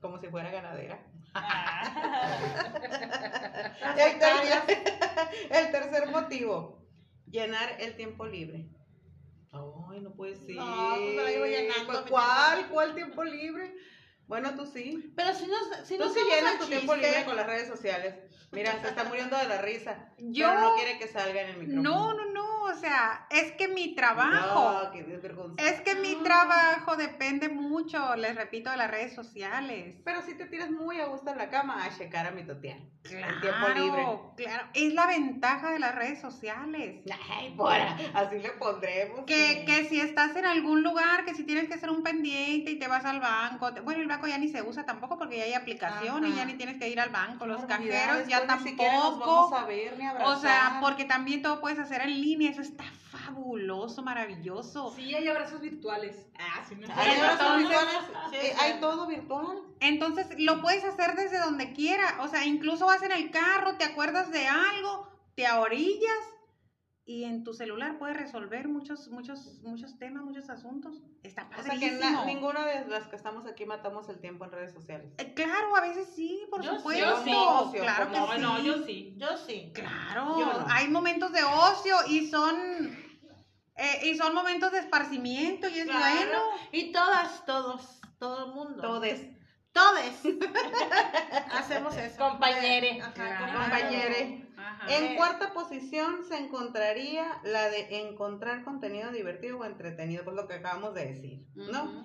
B: Como si fuera ganadera.
E: Ah.
B: El
D: Sectarias.
B: tercer, el tercer motivo, llenar el tiempo libre. Ay, no puede ser.
D: No, pues me la llevo llenando,
B: Pues,
D: mi
B: ¿Cuál? ¿Cuál tiempo libre? Bueno, tú sí.
D: Pero si nos, si
B: Tú
D: nos
B: sí
D: vamos
B: llenas
D: al
B: tu tiempo
D: chiste,
B: libre con las redes sociales. Mira, se está muriendo de la risa.
C: Yo-
B: Pero no quiere que salga en el
C: No,
B: micrófono.
C: no, no. O sea, es que mi trabajo.
B: No, Ah. qué desvergonzoso.
C: Es que mi trabajo depende mucho, les repito, de las redes sociales.
B: Pero si te tiras muy a gusto en la cama a checar a mi totea.
C: Claro,
B: El tiempo libre.
C: claro. Es la ventaja de las redes sociales.
B: Ay, bora, así le pondremos.
C: Que, que si estás en algún lugar, que si tienes que hacer un pendiente y te vas al banco, te- bueno, el banco ya ni se usa tampoco porque ya hay aplicación y
B: Ajá.
C: ya ni tienes que ir al banco, los
B: Barbaridades,
C: cajeros ya
B: pues, Ni siquiera nos vamos
C: tampoco.
B: a ver ni a abrazar.
C: O sea, porque también todo puedes hacer en línea, eso está fabuloso, maravilloso.
E: Sí, hay abrazos virtuales. Ah, sí, no.
B: Hay
D: Sí,
B: abrazos
D: entonces-
B: virtuales,
D: sí,
B: eh,
D: sí.
B: hay todo virtual.
C: Entonces lo puedes hacer desde donde quiera, o sea, incluso vas en el carro, te acuerdas de algo, te ahorillas y en tu celular puedes resolver muchos, muchos, muchos temas, muchos asuntos. Está
B: O sea
C: padrísimo.
B: que na- ninguna de las que estamos aquí matamos el tiempo en redes sociales.
C: Eh, Claro, a veces sí, por
D: Yo sí,
C: supuesto.
B: yo sí.
C: claro que
B: No,
C: sí.
F: no, yo sí.
D: Yo sí.
C: Claro,
B: Yo no.
C: hay momentos de ocio y son eh, y son momentos de esparcimiento y es
D: Claro.
C: bueno.
D: Y todas, todos, todo el mundo.
B: Todes.
D: Todes. Hacemos eso.
F: Compañere.
D: Ajá,
C: Claro.
B: compañere.
C: Eh,
F: Ajá.
B: En cuarta posición se encontraría la de encontrar contenido divertido o entretenido, pues lo que acabamos de decir, ¿no?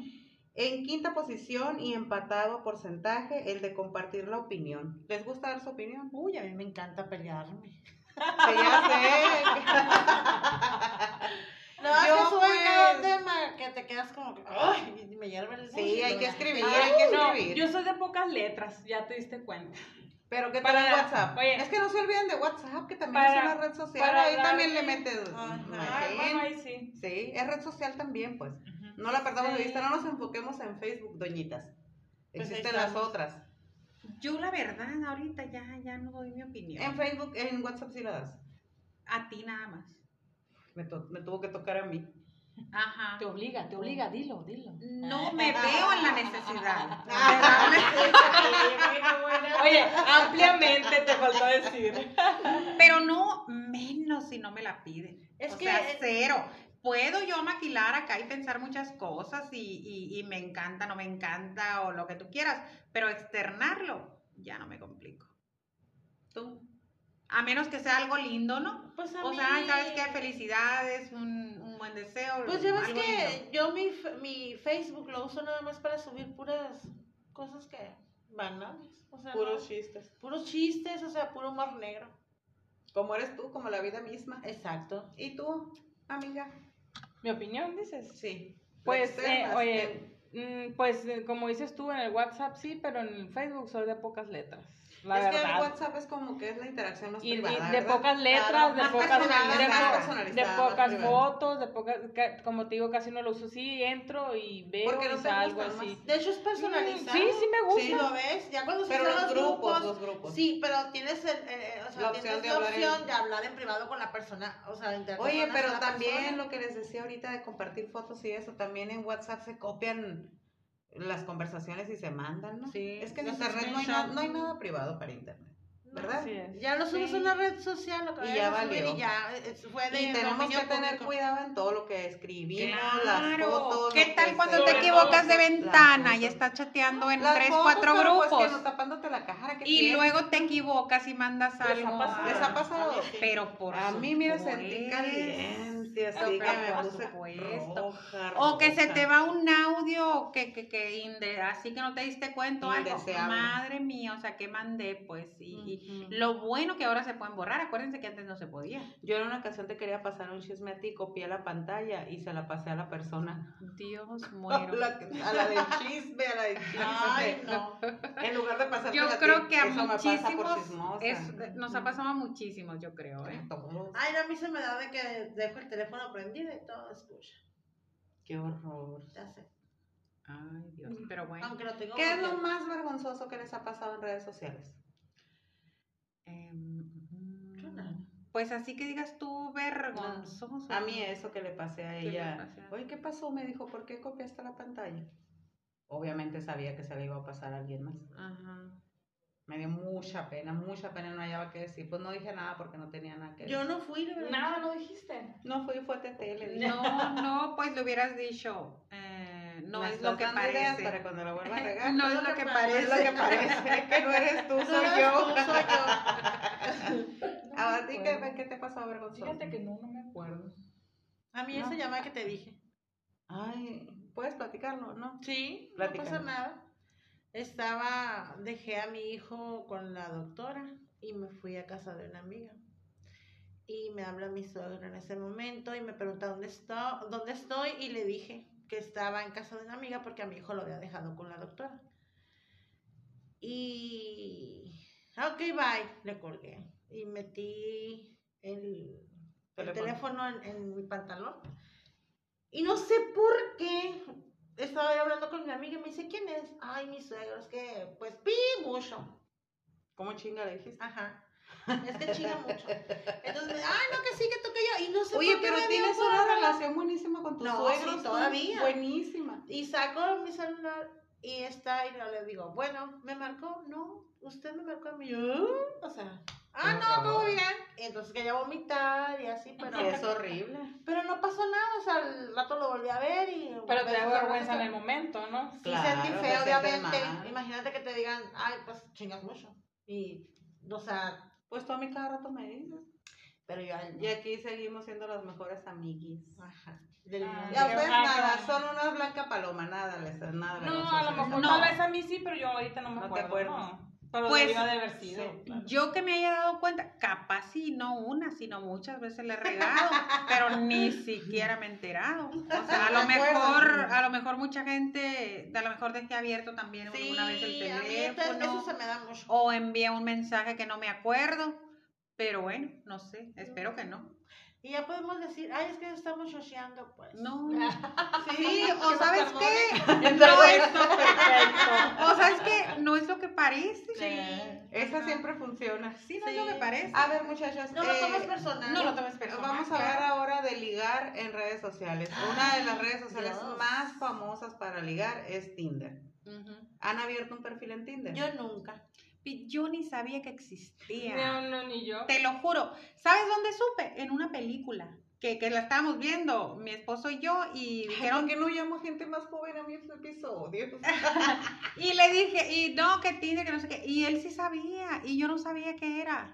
B: En quinta posición y empatado a porcentaje, el de compartir la opinión. ¿Les gusta dar su opinión?
D: Uy, a mí me encanta pelearme.
B: Sí, ya sé.
D: No, es
B: Yo,
D: que suben cada
B: pues.
D: tema que te quedas como que, ay, me hierve el
B: Sí, hay que
D: escribir.
B: escribir, hay que
E: ah, No,
B: escribir.
E: yo soy de pocas letras, ya te diste cuenta.
B: Pero que
E: Para
B: tal
E: la-
B: WhatsApp.
E: oye.
B: es que no se olviden de WhatsApp, que también
E: Para-
B: es una red social.
E: para
B: ahí
E: la-
B: también le metes.
D: Ajá.
E: Ay,
B: machín.
E: Ah, bueno, ahí sí.
B: Sí, es red social también, pues. No la perdamos de
E: Sí.
B: vista, no nos enfoquemos en Facebook, doñitas.
D: Pues ahí
B: Existen las
D: estamos.
B: otras.
C: Yo la verdad ahorita ya ya no doy mi opinión.
B: En Facebook, en WhatsApp sí la das.
C: a ti nada más.
B: Me, to- me tuvo que tocar a mí.
C: Ajá.
F: Te obliga, te obliga, dilo, dilo.
C: No me veo en la necesidad.
E: Oye, ampliamente te faltó decir.
C: Pero no menos si no me la piden.
D: Es
C: o
D: que- eh,
C: sea, cero. Puedo yo maquilar acá y pensar muchas cosas y, y- y me encanta, no me encanta o lo que tú quieras, pero externarlo ya no me complico.
B: Tú.
C: A menos que sea algo lindo, ¿no?
D: Pues a
C: O
D: mí-
C: sea, ay, ¿sabes qué? Felicidades, un, un buen deseo.
D: Pues ya ves
C: algo
D: que
C: lindo.
D: yo mi, f- mi Facebook lo uso nada más para subir puras cosas que banales. O sea,
B: Puros
D: no-
B: chistes.
D: puros chistes, o sea, puro humor negro.
B: Como eres tú, como la vida misma.
D: Exacto.
B: ¿Y tú, amiga?
E: ¿Mi opinión dices?
B: Sí.
E: Pues,
B: Las
E: eh,
B: temas
E: oye, mm, pues eh, como dices tú, en el WhatsApp sí, pero en el Facebook soy de pocas letras. La
B: es
E: verdad.
B: que el WhatsApp es como que es la interacción más
E: Y- y
B: privada,
E: de
B: ¿verdad?
E: pocas letras,
D: Claro,
E: de,
B: más
E: pocas,
B: personalizada,
E: de
B: más
E: po-
B: personalizada,
E: de
B: más
E: pocas
B: privada.
E: fotos, de pocas, ca- como te digo, casi no lo uso. Sí, entro y veo
B: Porque no
E: y
B: te
E: salgo
B: gustan
E: así.
B: más.
D: De hecho, es personalizado.
E: Sí, sí me gusta.
D: Sí, lo ves. Ya cuando se
B: Pero
D: usan
B: los grupos, los grupos.
D: Sí, pero tienes, el, eh, eh, o sea,
B: La opción
D: tienes
B: de
D: la
B: hablar en-
D: opción de hablar en privado con la persona. O sea, interactuar
B: Oye,
D: con una
B: pero
D: sola
B: también
D: persona.
B: lo que les decía ahorita de compartir fotos y eso, también en WhatsApp se copian las conversaciones y se mandan, ¿no?
E: Sí,
B: es que en
D: los
B: internet no hay, na- no hay nada privado para internet, ¿verdad?
E: Así es.
D: Ya lo subes
E: Sí.
D: a una red social, lo que
B: Y
D: vayas
B: ya
D: a subir
B: valió.
D: Y ya eh, fue de
B: Y tenemos que
D: dominio
B: tener
D: público.
B: cuidado en todo lo que escribimos, las
C: Claro.
B: fotos.
C: ¿Qué
B: lo
C: tal
B: que
C: cuando
B: sea.
C: te
F: Sobre
C: equivocas
F: todo,
C: de
B: Las
C: ventana y
B: fotos.
C: estás chateando en
B: Las
C: tres,
B: fotos,
C: cuatro
B: pero pues,
C: grupos?
B: que no tapándote la cara que
C: Y
B: tienes.
C: luego te equivocas y mandas
E: ha
C: algo.
E: pasado.
B: ¿Les ha pasado?
C: Pero por
B: A mí, mira,
C: supuesto.
B: sentí caliente, así que
C: Pero
B: me
C: por
B: puse
C: supuesto.
B: roja,
C: O que se
B: roja.
C: te va un audio que, que, que inde- así que no te diste cuenta o algo.
B: Indeseable.
C: Madre mía, o sea, que mandé pues. Y, y lo bueno que ahora se pueden borrar, acuérdense que antes no se podía.
B: Yo en una ocasión te quería pasar un chisme a ti, copié la pantalla y se la pasé a la persona. Oh,
C: Dios muero.
B: La que- a la del chisme, a la del chisme.
D: Ay, no.
B: En lugar de pasar
C: Yo creo que a
B: eso me pasa por
C: muchísimos,
B: chismosa.
C: es- eh, nos ha pasado a muchísimos, yo creo. ¿eh?
B: A todos.
D: Ay, no, a mí se me da de que dejo el teléfono prendido y todo escucha.
B: Qué horror.
D: Ya sé.
C: Ay, Dios. Pero bueno.
D: Aunque lo tengo
B: ¿Qué es lo
D: bloqueado.
B: más vergonzoso que les ha pasado en redes sociales?
C: em, mm,
D: Yo nada.
C: pues así que digas tú, vergonzoso.
B: A mí eso que le pasé a
C: ¿Qué le
B: ella.
C: pasé a-
B: Oye, ¿qué pasó? Me dijo, ¿por qué copiaste la pantalla? Obviamente sabía que se le iba a pasar a alguien más.
C: Ajá.
B: Me dio mucha pena, mucha pena, no hallaba qué decir. Pues no dije nada porque no tenía nada que decir.
D: Yo no fui, de verdad.
F: Nada, no dijiste.
B: No fui, fue TT, le dije.
C: No, no, pues le hubieras dicho. eh, no
B: Me
C: es lo
B: estás
C: que
B: dando ideas
C: parece.
B: Para cuando la vuelva a regar.
C: No es lo que parece.
B: Es lo que parece. Que no eres tú, soy yo. Ah,
D: No, soy yo.
B: A ti, ¿qué, qué te pasó vergonzoso?
F: Fíjate que no, no me acuerdo.
D: A mí esa llamada que te dije.
B: Ay, puedes platicarlo, ¿no?
D: Sí,
B: Platícame.
D: no pasa nada. Estaba, dejé a mi hijo con la doctora y me fui a casa de una amiga. Y me habla mi suegro en ese momento y me pregunta dónde, está, dónde estoy y le dije que estaba en casa de una amiga porque a mi hijo lo había dejado con la doctora. Y, "Ah, ok, bye, le colgué. Y metí el, el teléfono en, en mi pantalón. Y no sé por qué. Estaba yo hablando con mi amiga y me dice, ¿quién es? Ay, mi suegro, es que, pues, pi mucho.
B: ¿Cómo chinga le dijiste?
D: Ajá. Es que chinga mucho. Entonces, ay, no, que sí, que tú que yo. Y no sé
B: Oye,
D: por qué
B: pero
D: me dio
B: tienes
D: por-
B: una relación buenísima con tus
D: No,
B: suegros.
D: sí,
B: tú,
D: todavía.
B: Buenísima.
D: Y saco mi celular y está, y no le digo, bueno, ¿me marcó? No, usted me marcó a mí. "Ah", O sea, ah, no, todo bien. Entonces que ya vomitar y así, pero,
B: es horrible.
D: pero no pasó nada. O sea, al rato lo volví a ver y. pues,
E: Pero te
B: pues,
E: da
D: besos,
E: vergüenza en el
D: abrazos.
E: momento, ¿no?
D: Sí,
B: Claro,
D: sentí
B: te sientes
D: feo, obviamente.
B: mal.
D: Imagínate que te digan, ay, pues chingas mucho. Y, o sea,
B: Pues tú a mí cada rato me dices.
D: pero yo. ay, no.
B: Y aquí seguimos siendo las mejores amiguis.
D: Ajá. Del-
E: Ah,
B: Y a
E: qué
B: ustedes
E: bárbaro.
B: nada, son una blanca paloma, nada les nada. les
E: No,
B: hace
E: a lo mejor
B: eso.
E: tal vez a mí sí, pero yo ahorita no me
B: No te
E: acuerdo.
B: acuerdas.
E: no. Pero
C: Pues,
E: debió de haber sido.
B: sí.
E: claro.
C: Yo que me haya dado cuenta, capaz y no una, sino muchas veces le he regado, pero ni siquiera me he enterado. O sea, a
B: No
C: lo
B: me acuerdo.
C: mejor, a lo mejor mucha gente, a lo mejor dejé abierto también
D: Sí,
C: alguna vez el
D: a mí entonces,
C: teléfono.
D: eso se me da mucho.
C: o envía un mensaje que no me acuerdo. Pero bueno, no sé, espero que no.
D: Y ya podemos decir, ay, es que estamos shosheando, pues.
C: No.
B: Sí,
C: O sabes qué,
B: No,
C: es-
B: eso perfecto.
C: o sabes que no es lo que parece.
D: Sí.
B: Esa siempre funciona.
C: Sí, no es lo que
D: Sí.
C: parece.
B: A ver, muchachas.
D: No lo
B: eh,
D: tomes personal.
C: no lo tomes personal.
B: Vamos a hablar
C: claro.
B: ahora de ligar en redes sociales. Una de las redes sociales
D: Dios.
B: más famosas para ligar es Tinder.
C: Ujú.
B: ¿Han abierto un perfil en Tinder?
D: Yo nunca.
C: Y Yo ni sabía que existía.
E: No, no, ni yo.
C: Te lo juro. ¿Sabes dónde supe? En una película que, que la estábamos viendo, mi esposo y yo, y
B: ¿Por
C: dijeron
B: qué no llamo gente más joven a mis episodios?
C: y le dije, y no, que Tinder, que no sé qué. Y él sí sabía, y yo no sabía qué era.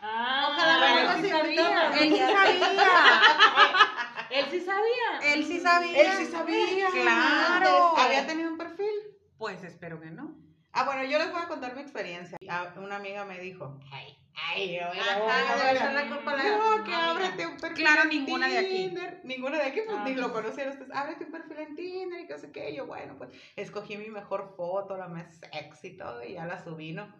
E: Ah,
D: Ojalá
E: pero
D: no
E: él sí
D: nos invitaran.
E: sabía.
C: Él sí sabía. Él
E: Él sí sabía.
C: sí sabía.
B: Él sí sabía.
C: Claro.
B: ¿Había tenido un perfil?
C: Pues espero que no.
B: Ah, bueno, yo les voy a contar mi experiencia. A- Una amiga me dijo,
D: Ay, yo
E: Ajá,
D: Ajá,
E: ahora
D: le echar la
E: sí.
D: culpa a la
B: no, que
D: amiga.
B: ábrete un perfil
C: Claro,
B: en
C: ninguna de aquí.
B: Tinder". Ninguna de aquí, pues
E: Ah,
B: ni lo
E: pues.
B: conocieron ustedes. Ábrete un perfil en Tinder y que no sé qué. Yo, bueno, pues escogí mi mejor foto, la más sexy y todo, y ya la subí, ¿no?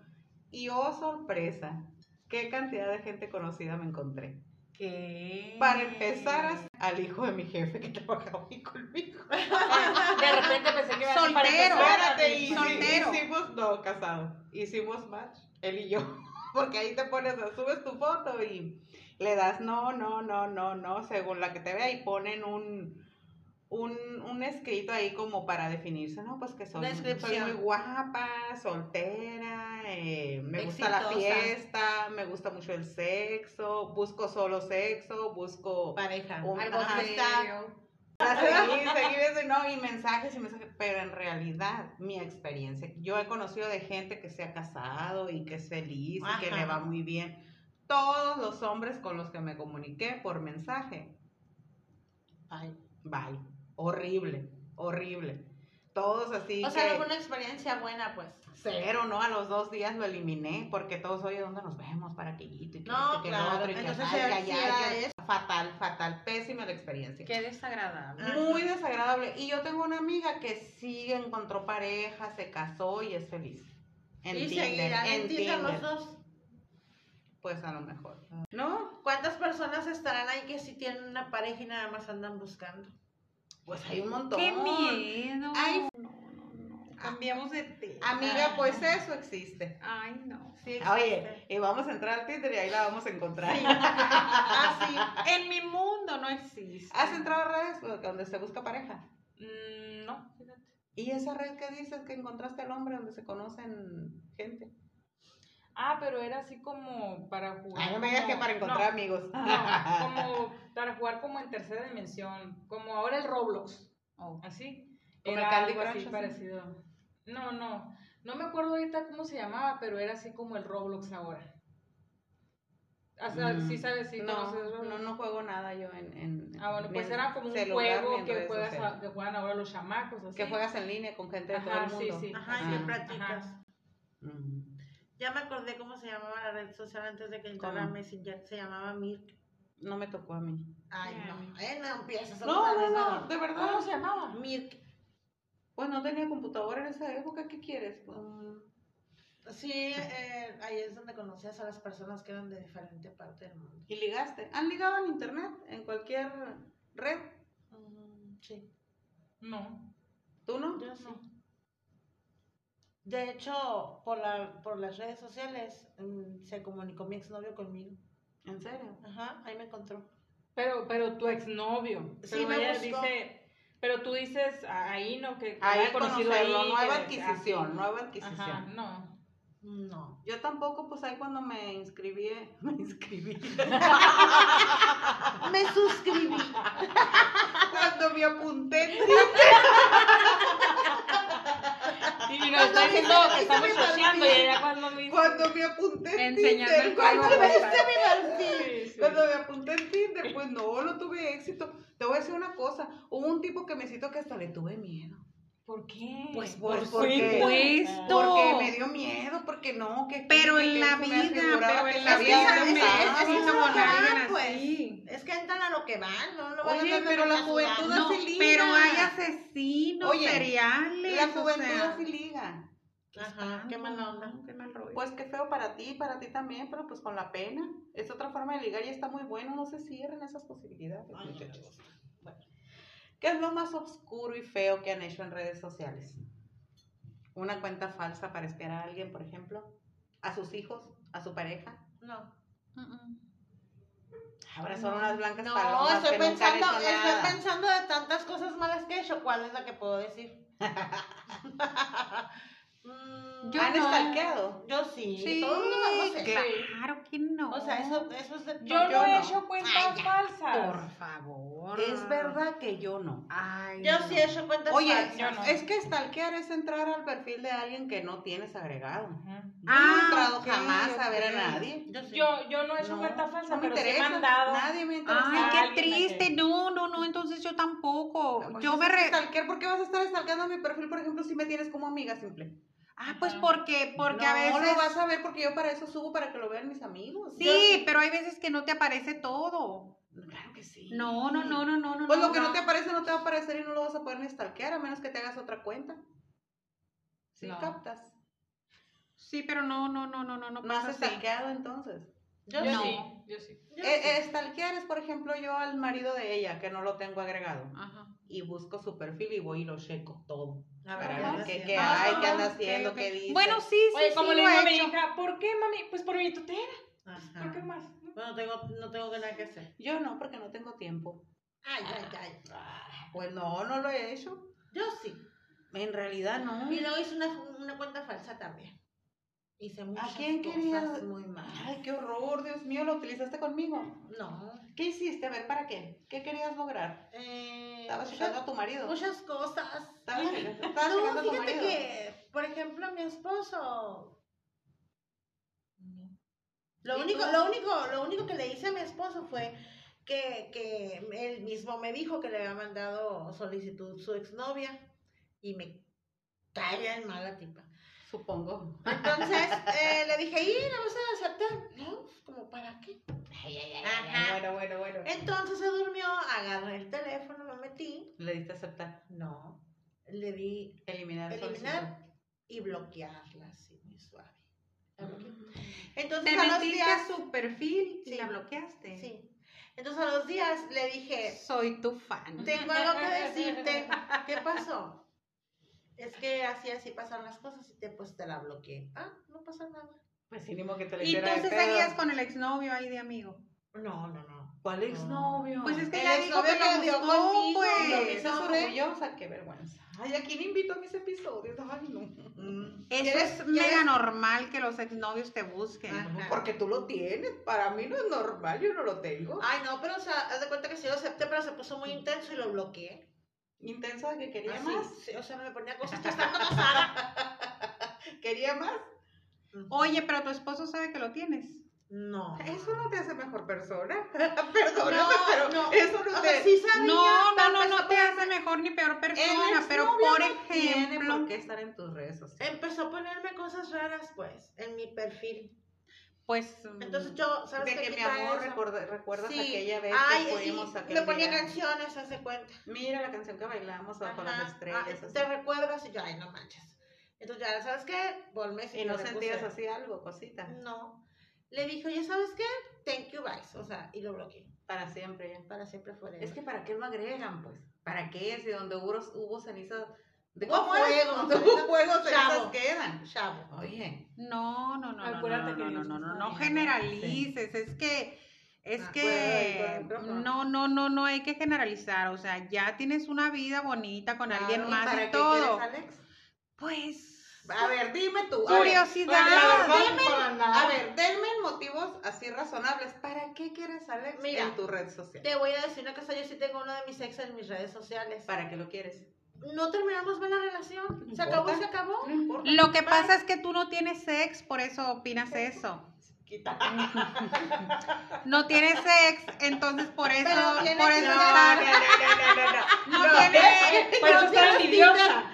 B: Y oh, sorpresa, qué cantidad de gente conocida me encontré.
C: ¿Qué?
B: Para empezar, as- al hijo de mi jefe que trabajaba ahí conmigo.
E: De repente pensé que iba a decir para
C: Soltero.
E: empezar.
B: Espérate, y-
C: soltero.
B: Hicimos, no, casado. Hicimos match, él y yo. Porque ahí te pones, subes tu foto y le das no, no, no, no, no, según la que te vea y ponen un, un, un escrito ahí como para definirse, ¿no? Pues que soy, soy
D: Descripción.
B: muy guapa, soltera, eh, me gusta la
D: Exitosa.
B: fiesta, me gusta mucho el sexo, busco solo sexo, busco
D: Pareja.
B: Un-
D: Algo
B: ajá.
D: que está.
B: Ah, seguí, seguí viendo, y no, y mensajes y mensajes, pero en realidad, mi experiencia, yo he conocido de gente que se ha casado y que es feliz y que
D: Ajá.
B: le va muy bien. Todos los hombres con los que me comuniqué por mensaje,
D: Ay.
B: bye, horrible, horrible. Todos así
D: O sea,
B: que
D: alguna experiencia buena, pues.
B: cero, ¿no? A los dos días lo eliminé porque todos, oye, ¿dónde nos vemos? Para que y que
D: No,
B: este, que lo
D: claro.
B: otro, y que
D: Entonces,
B: acá, y que
D: era- sí
B: allá, y
D: era
B: que- fatal, fatal, pésima la experiencia.
C: Qué desagradable.
D: Ajá.
B: Muy desagradable. Y yo tengo una amiga que sí encontró pareja, se casó y es feliz. En
D: y
B: Tinder,
D: seguirán
B: en
D: en Tinder los
B: Tinder.
D: dos.
B: Pues a lo mejor. ¿No?
D: ¿Cuántas personas estarán ahí que sí tienen una pareja y nada más andan buscando?
B: Pues hay un montón.
C: Qué miedo.
B: Ay,
C: Cambiamos de tema.
B: amiga, pues eso existe.
C: Ay, no.
D: Sí, existe.
B: Oye, y vamos a entrar al Tinder y ahí la vamos a encontrar.
D: Ah,
C: En mi mundo no existe.
B: ¿Has entrado a redes donde se busca pareja?
E: Mm, No, fíjate.
B: ¿Y esa red que dices que encontraste al hombre donde se conocen gente?
E: Ah, pero era así como para jugar.
B: Ay, no me digas
E: como-
B: que para encontrar
E: no,
B: amigos.
E: no, como para jugar como en tercera dimensión, como ahora el Roblox,
C: Oh.
E: así.
B: Como
E: Era
B: el Candy
E: algo así
B: Crush, así.
E: parecido. No, no, no me acuerdo ahorita cómo se llamaba, pero era así como el Roblox ahora. O sea,
B: Mm.
E: sí sabes, sí
B: no,
E: conoces Roblox.
B: no, no juego nada yo en. en
E: Ah, bueno,
B: ni
E: pues
B: en
E: era como un
B: celular, ni
E: juego
B: en
E: que,
B: redes
E: juegas a-
B: sociales.
E: que juegan ahora los chamacos, así.
B: Que juegas en línea con gente de
E: Ajá,
B: todo el mundo.
E: sí, sí.
D: Ajá,
E: Ah,
D: y
B: Ah,
D: sí practicas.
E: ajá.
B: mm.
D: Ya me acordé cómo se llamaba la red social antes de que entrara
B: ¿Cómo?
D: Messenger. Se llamaba Mirk.
B: No me tocó a mí.
D: Ay, no. Eh, no empiezas a
B: No,
D: usar
B: no,
D: eso.
B: no, de
E: ¿Cómo
B: verdad.
E: se llamaba?
D: Mirk.
B: Pues no tenía computadora en esa época, ¿qué quieres? Pues?
D: Mm, Sí, eh, ahí es donde conocías a las personas que eran de diferente parte del mundo.
B: Y ligaste. ¿Han ligado en internet? ¿En cualquier red?
D: Mm, sí.
E: No.
B: ¿Tú no?
D: Yo sí. De hecho, por, la, por las redes sociales mm, se comunicó mi exnovio conmigo.
B: ¿En serio?
D: Ajá, ahí me encontró.
E: Pero, pero tu exnovio.
D: Sí,
E: Pero
D: me
E: ella
D: buscó.
E: dice. Pero tú dices a- ahí, ¿no? Que que
B: Ahí
E: había
B: conocido
E: conocido ahí,
B: nueva
E: que-
B: adquisición,
E: ah,
B: nueva
E: sí.
B: adquisición.
E: Ajá, no.
D: No.
B: Yo tampoco, pues ahí cuando me inscribí, me inscribí.
D: Me suscribí.
B: cuando me apunté.
E: Y nos está diciendo que estamos chocheando y ella cuando me dice.
B: Cuando me apunté en
C: Enseñando
B: Tinder,
C: el
B: cuando,
C: código
B: me,
C: postal.
E: Sí, sí.
B: cuando me apunté en Tinder, pues no, no tuve éxito. Te voy a decir una cosa, hubo un tipo que me citó que hasta le tuve miedo.
E: ¿Por qué?
B: Pues,
E: por
B: pues, porque-
C: Supuesto.
B: Porque me dio miedo, porque no, que
C: Pero
B: que-
C: en
B: que
C: la
B: se me
C: vida,
B: figuraba
C: pero
B: que
C: en la
D: es que
B: sabía
C: vida
D: sabes,
C: me
B: besar.
D: es- es-
C: siento
D: es-
C: con
D: es-
C: alguien
D: pues.
C: así.
D: Es que entran a lo que van, ¿no? no van a
B: Oye,
D: andar
B: pero la
D: con casual.
B: juventud
C: No,
B: así liga.
C: pero hay asesinos
B: Oye,
C: seriales.
B: La
C: o
B: juventud
C: sea,
B: así pues, liga.
D: Ajá, qué mala onda.
C: Qué mal rollo.
B: Pues qué feo para ti, para ti también, pero pues con la pena. Es otra forma de ligar y está muy bueno, no se cierren esas posibilidades,
D: Ay, no,
B: muchachos. Bueno. ¿Qué es lo más oscuro y feo que han hecho en redes sociales? Una cuenta falsa para espiar a alguien, por ejemplo, a sus hijos, a su pareja.
D: No.
C: Mm,
B: Ahora son unas blancas
D: No,
B: palomas
D: estoy
B: que nunca han
D: pensando,
B: hecho nada.
D: estoy pensando de tantas cosas malas que he hecho. ¿Cuál es la que puedo decir? Mm,
C: Yo
B: ¿Han
C: no.
B: estalqueado?
D: yo sí.
C: Sí,
D: Todo el mundo lo hemos hecho.
C: claro que no.
D: O sea, eso, eso es de
E: Yo
B: Yo
E: no he
B: no.
E: hecho cuentas falsas.
C: Por favor.
B: Es verdad que yo no.
C: Ay,
D: Yo
C: no.
D: sí he hecho cuentas
B: Oye,
D: falsas.
E: yo no.
B: es que stalkear es entrar al perfil de alguien que no tienes agregado.
E: Ujú.
B: Yo no he
C: Ah,
B: entrado
C: ok,
B: jamás a
C: ok.
B: ver a nadie.
D: Yo sí.
E: Yo, yo no he hecho
B: No,
E: cuenta falsa,
B: no me
E: pero sí he
B: interesa,
E: mandado.
B: Nadie me interesa.
E: a
C: Ay,
E: alguien
C: qué triste.
E: así.
C: No, no, no. Entonces yo tampoco.
B: Pues
C: yo
B: es
C: me. re-
B: stalkear, ¿Por qué vas a estar stalkeando mi perfil, por ejemplo, si me tienes como amiga simple?
C: Ah, pues porque, porque a
B: no
C: veces.
B: lo vas a ver porque yo para eso subo para que lo vean mis amigos.
C: Sí,
B: Yo-
C: pero hay veces que no te aparece todo.
B: Claro que sí.
C: No, no, no, no, no, no.
B: Pues lo que no te aparece no te va a aparecer y no lo vas a poder ni stalkear a menos que te hagas otra cuenta. Sí,
E: No.
B: captas.
C: Sí, pero no, no, no, no, no, no
B: No has
C: pasa así.
B: stalkeado entonces.
E: Yo,
C: no.
E: sí, yo sí.
D: Yo
B: Eh,
D: sí.
B: eh, stalkear es, por ejemplo, yo al marido de ella, que no lo tengo agregado,
C: Ajá.
B: y busco su perfil y voy y lo checo todo.
D: A ver,
B: Para
D: ¿qué
B: ver
D: anda
B: qué,
D: haciendo?
B: qué
E: Ah,
B: hay, qué anda
E: ok,
B: haciendo,
E: ok.
B: qué dice.
C: Bueno, sí, sí,
E: Oye,
C: sí,
E: como le
C: lo
E: digo
C: he
E: a mi
C: hecho.
E: hija, ¿por qué, mami? Pues por mi tutela.
D: Ajá.
E: ¿Por qué más?
D: Bueno, tengo, no tengo nada que hacer.
B: Yo no, porque no tengo tiempo.
D: Ay, ay, ay.
B: Pues no, no lo he hecho.
D: Ah. Yo sí.
B: En realidad no.
D: Y luego hice una, una cuenta falsa también. Hice muchas
B: quién
D: cosas
B: querías?
D: muy mal.
B: Ay, qué horror, Dios mío, lo utilizaste conmigo.
D: No.
B: ¿Qué hiciste? A ver, ¿para qué? ¿Qué querías lograr?
D: Eh,
B: Estabas
D: muchas-
B: checando a tu marido.
D: Muchas cosas.
B: Estabas checando, estabas checando
D: No,
B: a tu
D: fíjate
B: marido.
D: que, por ejemplo, mi esposo. Lo
B: ¿Y
D: único,
B: tú?
D: lo único, lo único que le hice a mi esposo fue que, que él mismo me dijo que le había mandado solicitud su exnovia y me cae en mala tipa.
B: Supongo.
D: Entonces eh, le dije, ¿y la vas a aceptar? No, como para qué. Ajá.
B: Bueno, bueno, bueno.
D: Entonces se durmió, agarré el teléfono, me metí.
B: Le diste aceptar.
D: No, le di
B: Eliminar. solicitud.
D: eliminar y bloquearla así muy suave. La bloqueé. Entonces
C: Te
D: a los
C: metiste a
D: días
C: su perfil y
D: Sí.
C: la bloqueaste.
D: sí. Entonces a los días le dije,
C: Soy tu fan.
D: tengo algo que decirte. ¿Qué pasó? Es que así así pasaron las cosas y te pues te la bloqueé. Ah, no pasa nada.
B: Pues sí, ni modo que te le
C: Y
B: hiciera de
C: entonces
B: pedo.
C: seguías con el exnovio ahí de amigo.
D: No, no, no.
B: ¿Cuál exnovio?
C: Pues es que
D: El
C: ya dijo
D: exnovio
C: que
D: que
C: lo
D: dio
C: buscó,
D: contigo, lo
C: pues.
D: hizo.
B: Estás
D: no,
B: orgullosa, qué vergüenza. Mm. Ay, ¿a quién invito a mis episodios? Ay, no.
C: Eso
B: ¿Quieres-
C: es
B: quieres-
C: mega normal que los exnovios te busquen.
D: Ajá.
B: Porque tú lo tienes. Para mí no es normal, yo no lo tengo.
D: Ay, no, pero o sea, haz de cuenta que sí lo acepté, pero se puso muy intenso y lo bloqueé.
B: Intensa de que quería
D: Así,
B: más.
D: Ah, sí, o sea, me ponía cosas, tú estando casada.
B: ¿Quería más?
C: Oye, pero tu esposo sabe que lo tienes.
D: Mm. No.
B: Eso no te hace mejor persona. Perdóname,
D: No,
B: pero
D: no.
B: eso no
D: O
B: te...
D: sea, sí sabía.
C: No, no,
D: pero
C: no,
D: empezó
C: no te
D: por-
C: hace mejor ni peor
B: El
C: persona, pero
B: exnovio
C: por
B: no tiene
C: ejemplo,
B: por qué estar en tus redes sociales.
D: Empezó a ponerme cosas raras, pues, en mi perfil.
C: pues
D: Entonces yo, ¿sabes
B: Mm. De
D: qué?
B: que mi
D: Quita
B: amor,
D: eso.
B: recuerda- ¿recuerdas
D: Sí.
B: aquella vez
D: Ay,
B: que
D: sí,
B: fuimos a aquel
D: le ponía
B: día?
D: canciones, hace cuenta.
B: Mira la canción que bailamos bajo las
D: Ajá.
B: estrellas.
D: Ah,
B: así.
D: te recuerdas y yo, ay, no manches. Entonces ya, ¿sabes qué? Volme
B: Y no sentías así algo, cosita.
D: No. Le dije, oye, ¿sabes qué? Thank you, guys. O sea, y lo bloqueé.
B: Para siempre ya.
D: Para siempre fuera.
B: Es que para qué lo agregan, pues. ¿Para qué? Si donde hubo, hubo cenizas De
D: ¿Cómo eres
B: juegos,
D: tú?
B: de juegos de
D: Chavo.
B: esas quedan.
D: Chavo.
B: Oye,
C: No, no, no, no,
F: Acuérdate
C: no,
F: que
C: no, no,
F: Dios
C: no,
F: nos
C: no,
F: está
C: no
F: viendo.
C: generalices, es que, es
B: Ah,
C: que,
B: bueno, bueno, bueno.
C: no, no, no, no hay que generalizar, o sea, ya tienes una vida bonita con alguien
D: Claro, Ah, ¿y
C: más
D: para
C: y
D: qué
C: todo,
D: quieres, Alex?
C: pues,
B: a ver, dime tú. a ver,
C: curiosidad,
B: Ah, la verdad,
C: dime.
B: denme- a ver, denme motivos así razonables. ¿Para qué quieres Alex
D: Mira,
B: en tu red social?
D: Te voy a decir una cosa, yo sí tengo uno de mis ex en mis redes sociales.
B: ¿Para qué lo quieres?
D: No terminamos bien la relación. Se
B: importa?
D: acabó y se acabó.
C: Mm.
B: No importa.
C: lo que pasa es que tú no tienes sex, por eso opinas eso,
B: Quita.
C: no tienes sex, entonces por eso,
D: Pero tienes
C: por eso
D: que-
C: estar- no tienes,
E: pues,
F: Por eso está envidiosa.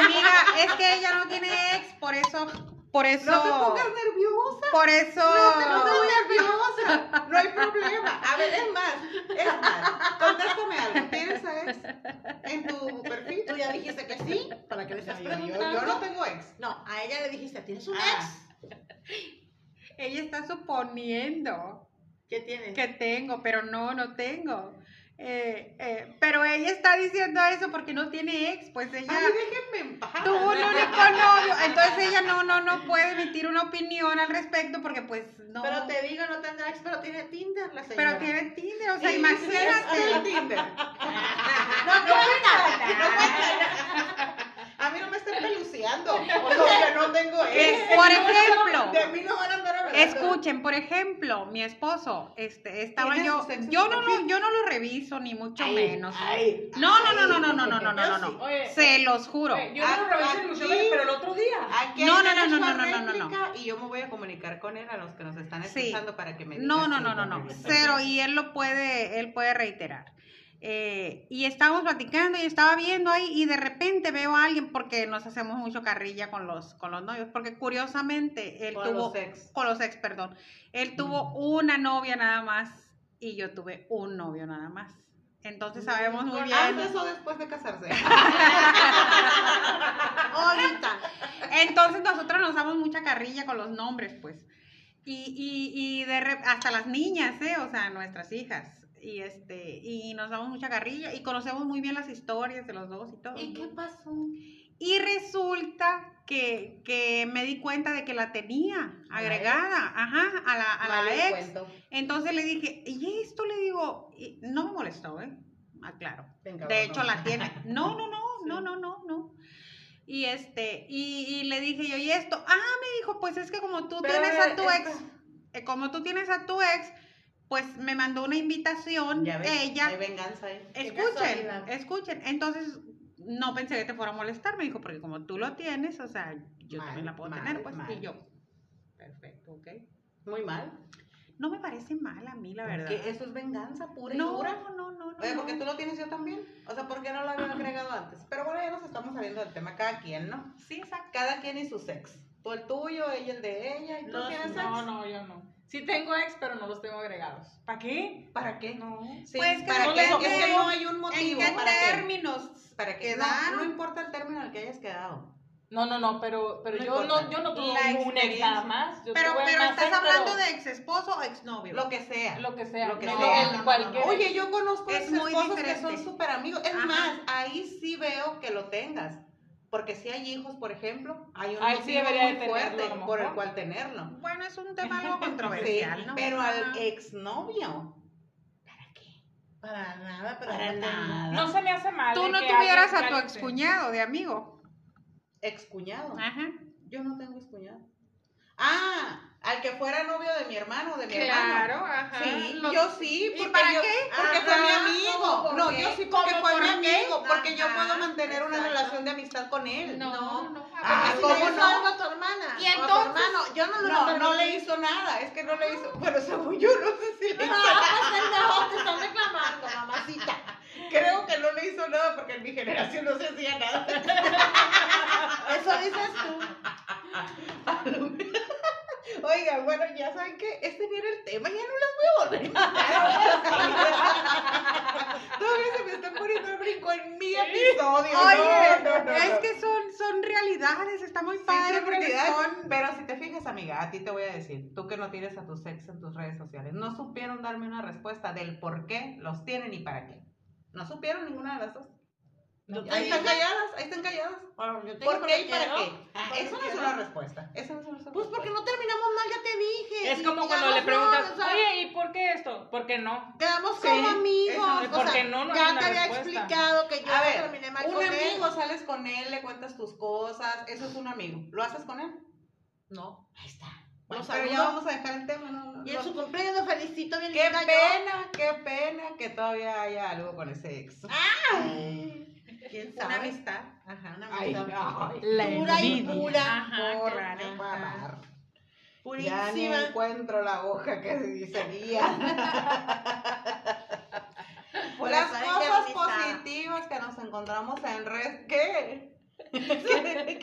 C: amiga, es que ella no tiene ex, por eso, por eso,
B: No te pongas nerviosa.
C: por eso,
B: No te voy nerviosa. No hay problema. A ver, es más, es más. Contéstame algo. ¿Tienes a ex en tu perfil?
D: Tú ya dijiste que sí. ¿Para qué le estás
B: Ay, Yo, yo-
D: preguntando?
B: yo no tengo ex.
D: No, a ella le dijiste, ¿tienes un
B: Ah.
D: ex?
C: Ella está suponiendo
D: ¿Qué tienes?
C: que tengo, pero no, no tengo. Eh, eh, pero ella está diciendo eso porque no tiene ex, pues ella
B: Ay, déjenme en paz.
C: tuvo un único novio, entonces ella no, no, no puede emitir una opinión al respecto porque pues no.
D: Pero te digo, no tendrá ex, pero tiene Tinder la
C: Pero
D: señora.
C: tiene Tinder, o sea,
B: Sí,
C: imagínate.
B: sí, sí, Tinder.
D: No, no,
B: A mí no me estén peluceando porque Este, no tengo ex.
C: Por ejemplo,
B: De mí no van a andar hablando.
C: Escuchen, por ejemplo, mi esposo, este, estaba
B: ¿Tiene
C: yo,
B: sus exes
C: yo
B: en
C: no lo,
B: perfil?
C: yo no lo reviso ni mucho
B: Ay,
C: menos.
B: ay,
C: no, no, no, no, no, no, no, no,
B: yo
C: no,
B: sí.
C: no.
F: Oye,
C: Se los juro.
F: oye, yo no Ah, lo revisé el
B: aquí-
F: Luciosa, pero el otro día.
B: Aquí
C: No,
B: hay
C: no, no, no,
B: derecho a
C: no, no, no, no, no.
B: réplica Y yo me voy a comunicar con él a los que nos están
C: Sí.
B: escuchando para que me digan.
C: No, no,
B: si
C: no,
B: lo
C: no, no.
B: revisan.
C: Cero. Y él lo puede, él puede reiterar. Eh, y estábamos platicando y estaba viendo ahí y de repente veo a alguien porque nos hacemos mucho carrilla con los, con los novios, porque curiosamente él
B: Con
C: tuvo
B: los ex.
C: con los ex, perdón. Él tuvo una novia nada más y yo tuve un novio nada más. Entonces sabemos muy bien.
B: Antes o después de casarse.
D: ahorita.
C: Entonces nosotros nos damos mucha carrilla con los nombres, pues. Y, y, y de re- hasta las niñas, ¿eh? O sea, nuestras hijas. Y este, y nos damos mucha carrilla y conocemos muy bien las historias de los dos y todo.
D: ¿Y qué pasó?
C: Y resulta que, que me di cuenta de que la tenía
B: A la
C: agregada, ajá, a la, a la
B: Vale,
D: pues.
C: ex.
B: cuento.
C: Entonces le dije, y esto le digo, y no me molestó, ¿eh? Aclaro.
B: Venga,
C: De
B: bueno.
C: hecho, la tiene. No, no, no, no, no, no, no. Y este, y, y le dije yo, ¿y esto? Ah, me dijo, pues es que como tú
B: Pero,
C: tienes
B: pero,
C: a tu
B: esta-
C: ex, eh, como tú tienes a tu ex, pues me mandó una invitación,
B: Ya ves,
C: ella.
B: Hay venganza ahí.
D: qué
C: Escuchen,
D: casualidad.
C: escuchen. Entonces, no pensé que te fuera a molestar, me dijo, porque como tú lo tienes, o sea, yo
B: Mal,
C: también la puedo
B: mal,
C: tener, pues.
B: mal.
C: Y yo, perfecto, ok.
B: Muy mal.
C: No me parece mal a mí, la verdad.
B: Porque eso es venganza pura y
C: No,
B: dura.
C: no, no, no.
B: Oye,
C: no.
B: porque tú lo tienes yo también. O sea, ¿por qué no lo había agregado antes? Pero bueno, ya nos estamos saliendo del tema cada quien, ¿no?
C: Sí, exacto.
B: Cada quien y su sex. Tú el tuyo, ella el de ella. ¿Y tú
D: No,
B: tienes
F: No,
B: sex?
F: no, yo no. Sí tengo ex, pero no los tengo agregados. ¿Para qué?
B: ¿Para qué?
F: No.
B: Sí,
C: Pues que
B: ¿para
C: no
B: qué?
C: les
B: Es que
C: veo
B: no hay un motivo.
C: ¿En qué
B: ¿Para qué?
C: términos?
B: ¿Para qué? No,
C: quedaron?
B: No, importa el término en el que hayas quedado.
F: No, no, no, pero, pero
B: No
F: yo,
B: importa.
F: no, yo no tuve
C: La
F: un ex nada
C: experiencia.
F: más. Yo
C: Pero,
F: tuve
C: pero
F: más
C: estás
F: ex,
C: hablando
F: pero
C: de ex esposo o exnovio.
B: Lo que sea.
F: Lo que sea.
B: Lo que
F: no,
B: sea.
F: el
D: No, no,
F: cualquier
D: no.
B: Oye, yo conozco
C: Es
B: ex
C: muy
B: esposos que
C: diferente.
B: son súper amigos. Es
C: Ajá.
B: más, ahí sí veo que lo tengas. Porque si hay hijos, por ejemplo, hay un
F: Ahí sí
B: motivo
F: debería de
B: muy
F: tenerlo,
B: fuerte
F: a lo
B: por el
F: mejor.
B: cual tenerlo.
C: Bueno, es un tema algo
B: Sí,
C: controversial, ¿no?
B: pero al eh,
C: Ajá.
B: exnovio.
D: Para nada, pero
B: Para
D: no tengo.
B: nada.
F: No se me hace mal.
C: Tú
F: de
C: no
F: que alguien
C: tuvieras a tu
F: caliente.
C: excuñado de amigo.
B: Excuñado.
C: Ajá.
B: Yo no tengo excuñado. Ah, al que fuera novio de mi hermano, de mi hermano.
C: ajá.
B: Sí,
C: Lo-
B: yo sí,
C: ¿Y
B: porque,
C: para
B: yo-
C: qué?
B: porque fue
C: Ajá,
B: mi amigo.
C: ¿cómo, por
B: no,
C: qué?
B: yo sí porque
C: ¿Cómo,
B: fue
C: por
B: mi
C: qué?
B: amigo, porque yo
C: Ajá,
B: puedo mantener una
C: exacto.
B: relación de amistad con él.
C: No, no,
B: Ah,
D: Ah,
B: ¿cómo
D: ¿cómo
B: no?
D: no? Algo a tu hermana.
C: Y
D: o a tu
C: entonces-
D: hermano. Yo no lo
B: No, no le
D: permití.
B: hizo nada, es que no le hizo, pero según yo no sé si le hizo
D: No, pues no, te están reclamando, mamacita.
B: Creo que no le hizo nada porque en mi generación no se hacía nada.
D: Eso dices tú.
B: Oigan, bueno, ya saben que este no era el tema, ya no las voy a volver a invitar. Todavía se me está poniendo el brinco en mi episodio. No,
C: Oye,
B: no, no,
C: es
B: no.
C: que son, son realidades, está muy
B: Sí,
C: padre
B: sí,
C: porque
B: realidad,
C: son...
B: Pero si te fijas, amiga, a ti te voy a decir, tú que no tienes a tus ex en tus redes sociales, no supieron darme una respuesta del por qué los tienen y para qué. No supieron ninguna de las dos.
D: Yo
B: Ahí
D: tengo-
B: están calladas, ahí están calladas.
D: Bueno, yo tengo
B: ¿Por qué y para
D: quiero.
B: qué? Ah,
D: Porque
B: Eso no es
D: quiero.
B: una respuesta. Eso no es una
D: Pues porque no terminamos mal, ya te dije.
E: Es
D: y
E: como cuando
D: quedamos
E: le preguntas,
D: mal, o sea,
E: oye, ¿y por qué esto? ¿Por qué no?
D: Quedamos
B: Sí,
D: como
B: eso no es-
D: amigos. o sea,
E: porque no, no hay
D: ya
E: una
D: te había
E: respuesta.
D: explicado que yo
B: A ver,
D: terminé mal
B: un
D: con él.
B: amigo, sales con él, le cuentas tus cosas, eso es un amigo. ¿Lo haces con él?
D: No.
B: Ahí está.
D: Bueno,
B: pero
D: saludo.
B: ya vamos a dejar el tema. No, no,
D: Y en
B: no.
D: su cumpleaños lo felicito bien
B: Qué
D: linda yo.
B: pena, qué pena que todavía haya algo con ese ex.
D: Ay, ¿Quién sabe?
B: Una amistad.
D: Ajá, una
B: Ay,
D: amistad.
B: ay,
E: La
D: pura y
E: envidia.
D: pura.
C: Ajá,
B: por
C: claro.
B: favor. Ya ni
D: Ah, Purísima.
B: encuentro la hoja que dice guía.
D: Por
B: Las
D: eso hay
B: cosas
D: que revisar.
B: positivas que nos encontramos en red, ¿qué? ¿Qué?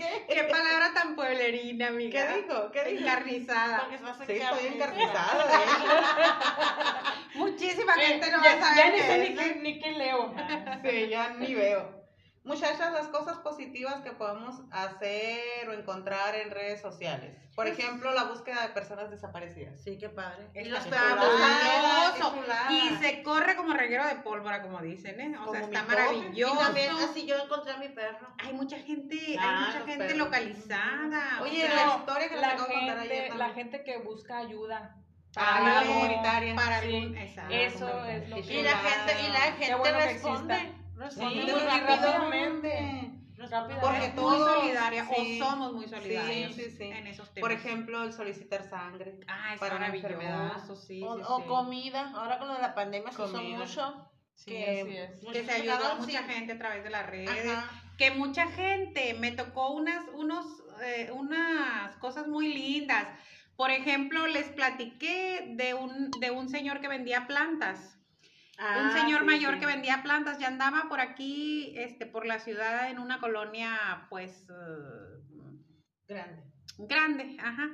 B: ¿Qué?
C: Qué palabra tan pueblerina, amiga.
B: dijo? ¿Qué dijo?
C: Encarnizada.
D: Porque se vas a
B: Sí, estoy
D: quedar-
B: encarnizada, de hecho.
C: Muchísima
E: Eh,
C: gente no va
E: ya,
C: a saber
E: ya ni
C: qué
E: sé
C: es. ¿eh?
E: ni qué, ni qué leo.
B: Sí, ya ni veo. Muchachas, las cosas positivas que podemos hacer o encontrar en redes sociales. Por ejemplo, la búsqueda de personas desaparecidas.
D: Sí, qué padre.
C: Es
D: Y
C: la
D: los
C: chulada,
D: trabajos
B: chulada,
D: también.
B: qué chulada.
C: Y se corre como reguero de pólvora, como dicen, ¿eh? O
B: Como
C: sea,
B: mi
C: está
B: cobre.
D: Yo
C: maravilloso.
D: también, así yo encontré a mi perro.
C: Hay mucha gente,
B: Ah,
C: hay mucha
B: los
C: gente
B: perros.
C: localizada.
B: Oye,
C: o sea,
B: la historia que les
E: La
B: acabo de contar ayer
E: gente, la
B: también.
E: gente que busca ayuda.
B: Ah,
E: Para
B: la
E: algo,
B: comunitaria.
C: para
E: sí,
C: algún- exacto.
E: Eso es lo
A: Qué
E: que...
D: Y la
B: chulada.
D: gente, y la gente
E: bueno que
D: responde.
E: exista.
D: Responde
E: Sí,
D: muy
E: y
D: rápido.
E: rápidamente.
D: Responde
E: Porque
B: Porque
C: es muy
B: todos-
C: solidaria
B: sí.
C: o somos muy solidarios
B: Sí, sí, sí.
C: en esos temas.
B: Por ejemplo, el solicitar sangre.
C: ah, es
B: para una enfermedad.
C: maravilloso, sí, sí,
D: O,
C: sí.
D: o comida, ahora con lo de la pandemia se usó
B: Comida.
D: mucho.
E: Sí,
D: que-
E: así es.
C: que se
D: muchos
C: ayudó a
D: sacaron,
C: mucha
D: sí.
C: gente a través de las redes,
D: Ajá.
C: que mucha gente me tocó unas, unos, eh, unas cosas muy lindas. Por ejemplo, les platiqué de un, de un señor que vendía plantas.
D: Ah,
C: un señor mayor que vendía plantas ya andaba por aquí, este, por la ciudad en una colonia, pues, eh,
B: Grande.
C: grande, ajá.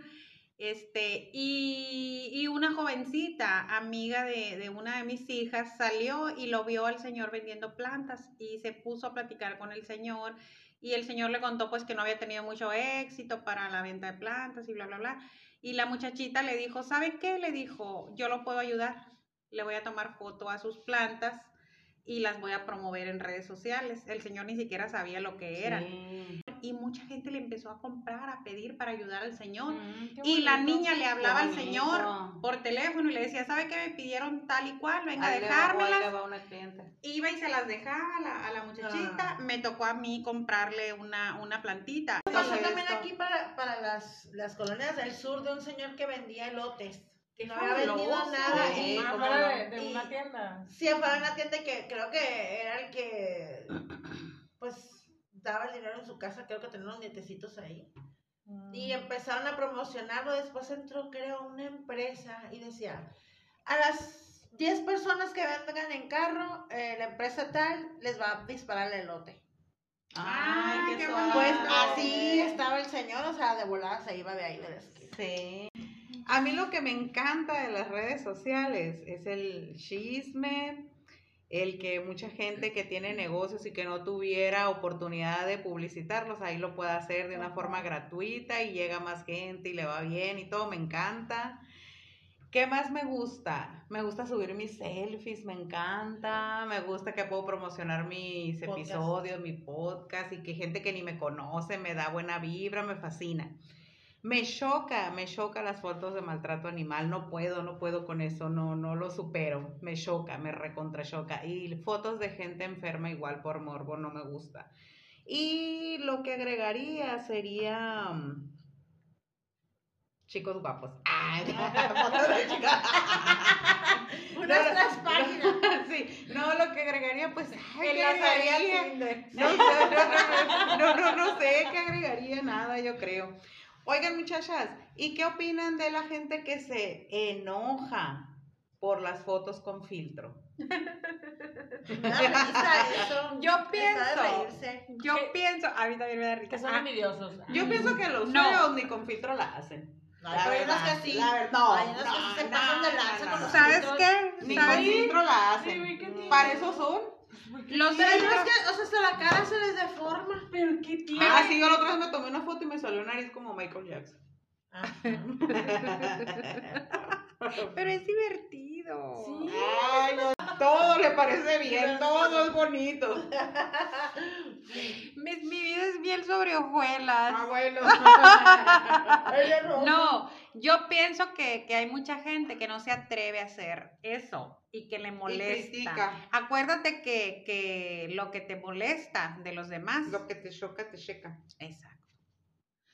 C: Este, y, y una jovencita, amiga de, de una de mis hijas, salió y lo vio al señor vendiendo plantas y se puso a platicar con el señor y el señor le contó pues que no había tenido mucho éxito para la venta de plantas y bla, bla, bla. Y la muchachita le dijo, ¿sabe qué? Le dijo, yo lo puedo ayudar, le voy a tomar foto a sus plantas y las voy a promover en redes sociales. El señor ni siquiera sabía lo que eran
B: Sí.
C: y mucha gente le empezó a comprar, a pedir para ayudar al señor.
E: Mm, qué
C: Y la
E: bonito.
C: niña le hablaba al
B: Bonito.
C: señor por teléfono y le decía, ¿sabe qué? Me pidieron tal y cual, venga a
B: Ahí le va, ahí le
C: dejármelas.
B: va una cliente.
C: Iba y se las dejaba a la, a la
B: Ah.
C: muchachita. Me tocó a mí comprarle una, una plantita.
D: Pasó
B: Entonces,
D: también
B: esto-
D: aquí para, para las, las colonias del sur de un señor que vendía elotes.
E: Qué
D: no había vendido
E: fabuloso.
D: nada,
E: Sí,
B: eh,
E: ah,
B: cómo
E: fuera
B: no.
E: de, de
D: Y-
E: una tienda.
D: Sí, fue una tienda que creo que era el que, pues, daba el dinero en su casa, creo que tenía unos nietecitos ahí.
E: Mm.
D: Y empezaron a promocionarlo. Después entró, creo, una empresa y decía, a las 10 personas que vengan en carro, eh, la empresa tal les va a disparar el elote.
C: Ah,
B: Ay, qué
C: qué
B: suave.
D: Pues
C: bonito.
B: Ah,
D: así estaba el señor, o sea, de volada se iba de ahí de la esquina.
B: Sí. A mí lo que me encanta de las redes sociales es el chisme, el que mucha gente que tiene negocios y que no tuviera oportunidad de publicitarlos, ahí lo puede hacer de una forma gratuita y llega más gente y le va bien y todo, me encanta. ¿Qué más me gusta? Me gusta subir mis selfies, me encanta, me gusta que puedo promocionar mis
D: Podcast.
B: episodios, mi podcast y que gente que ni me conoce me da buena vibra, me fascina. Me choca, me choca las fotos de maltrato animal, no puedo, no puedo con eso, no, no lo supero, me choca, me recontra choca. Y fotos de gente enferma igual por morbo, no me gusta. Y lo que agregaría sería mm, chicos guapos. Ay, fotos de chicos.
D: Unas
B: No, no.
D: tres páginas.
B: Sí, no, lo que agregaría, pues, ay, ¿qué
E: Enlazaría
B: agregaría?
E: Tinder.
B: No, no, no, no, no, no, no sé qué agregaría nada, yo creo. Oigan, muchachas, ¿y qué opinan de la gente que se enoja por las fotos con filtro?
D: Me da risa eso.
C: Yo
D: Está de
C: pienso,
D: reírse.
C: yo
E: Que-
C: pienso, a mí también me da risa.
E: Que son
C: Ah,
E: envidiosos. Mm.
B: Yo pienso que los
C: No.
B: feos ni con filtro la hacen.
D: No, pero hay unos que sí.
B: la verdad, no,
D: Hay unos que sí se
B: no,
D: pasan de
B: no, no,
D: lanza
B: Mm. no.
D: con los
C: ¿Sabes
D: filtros.
C: qué?
B: Ni con
C: ¿Sabes?
B: filtro la
E: Sí,
B: hacen.
E: güey, ¿qué tiene?
B: Para eso son.
C: Los
D: Pero hay
C: filtros-
D: unos que, o sea, hasta la cara se les deforma.
E: Pero qué tiene.
B: Ah, sí, yo la otra vez me tomé una foto y me salió nariz como Michael Jackson.
C: Pero es divertido.
E: Sí.
B: Ay, no, Todo le parece bien, todo es bonito.
C: Mi, mi vida es bien sobre hojuelas.
B: Abuelo.
D: Ella no.
C: No, yo pienso que, que hay mucha gente que no se atreve a hacer eso y que le molesta.
B: critica.
C: Acuérdate que, que lo que te molesta de los demás.
B: Lo que te choca, te checa.
C: Exacto.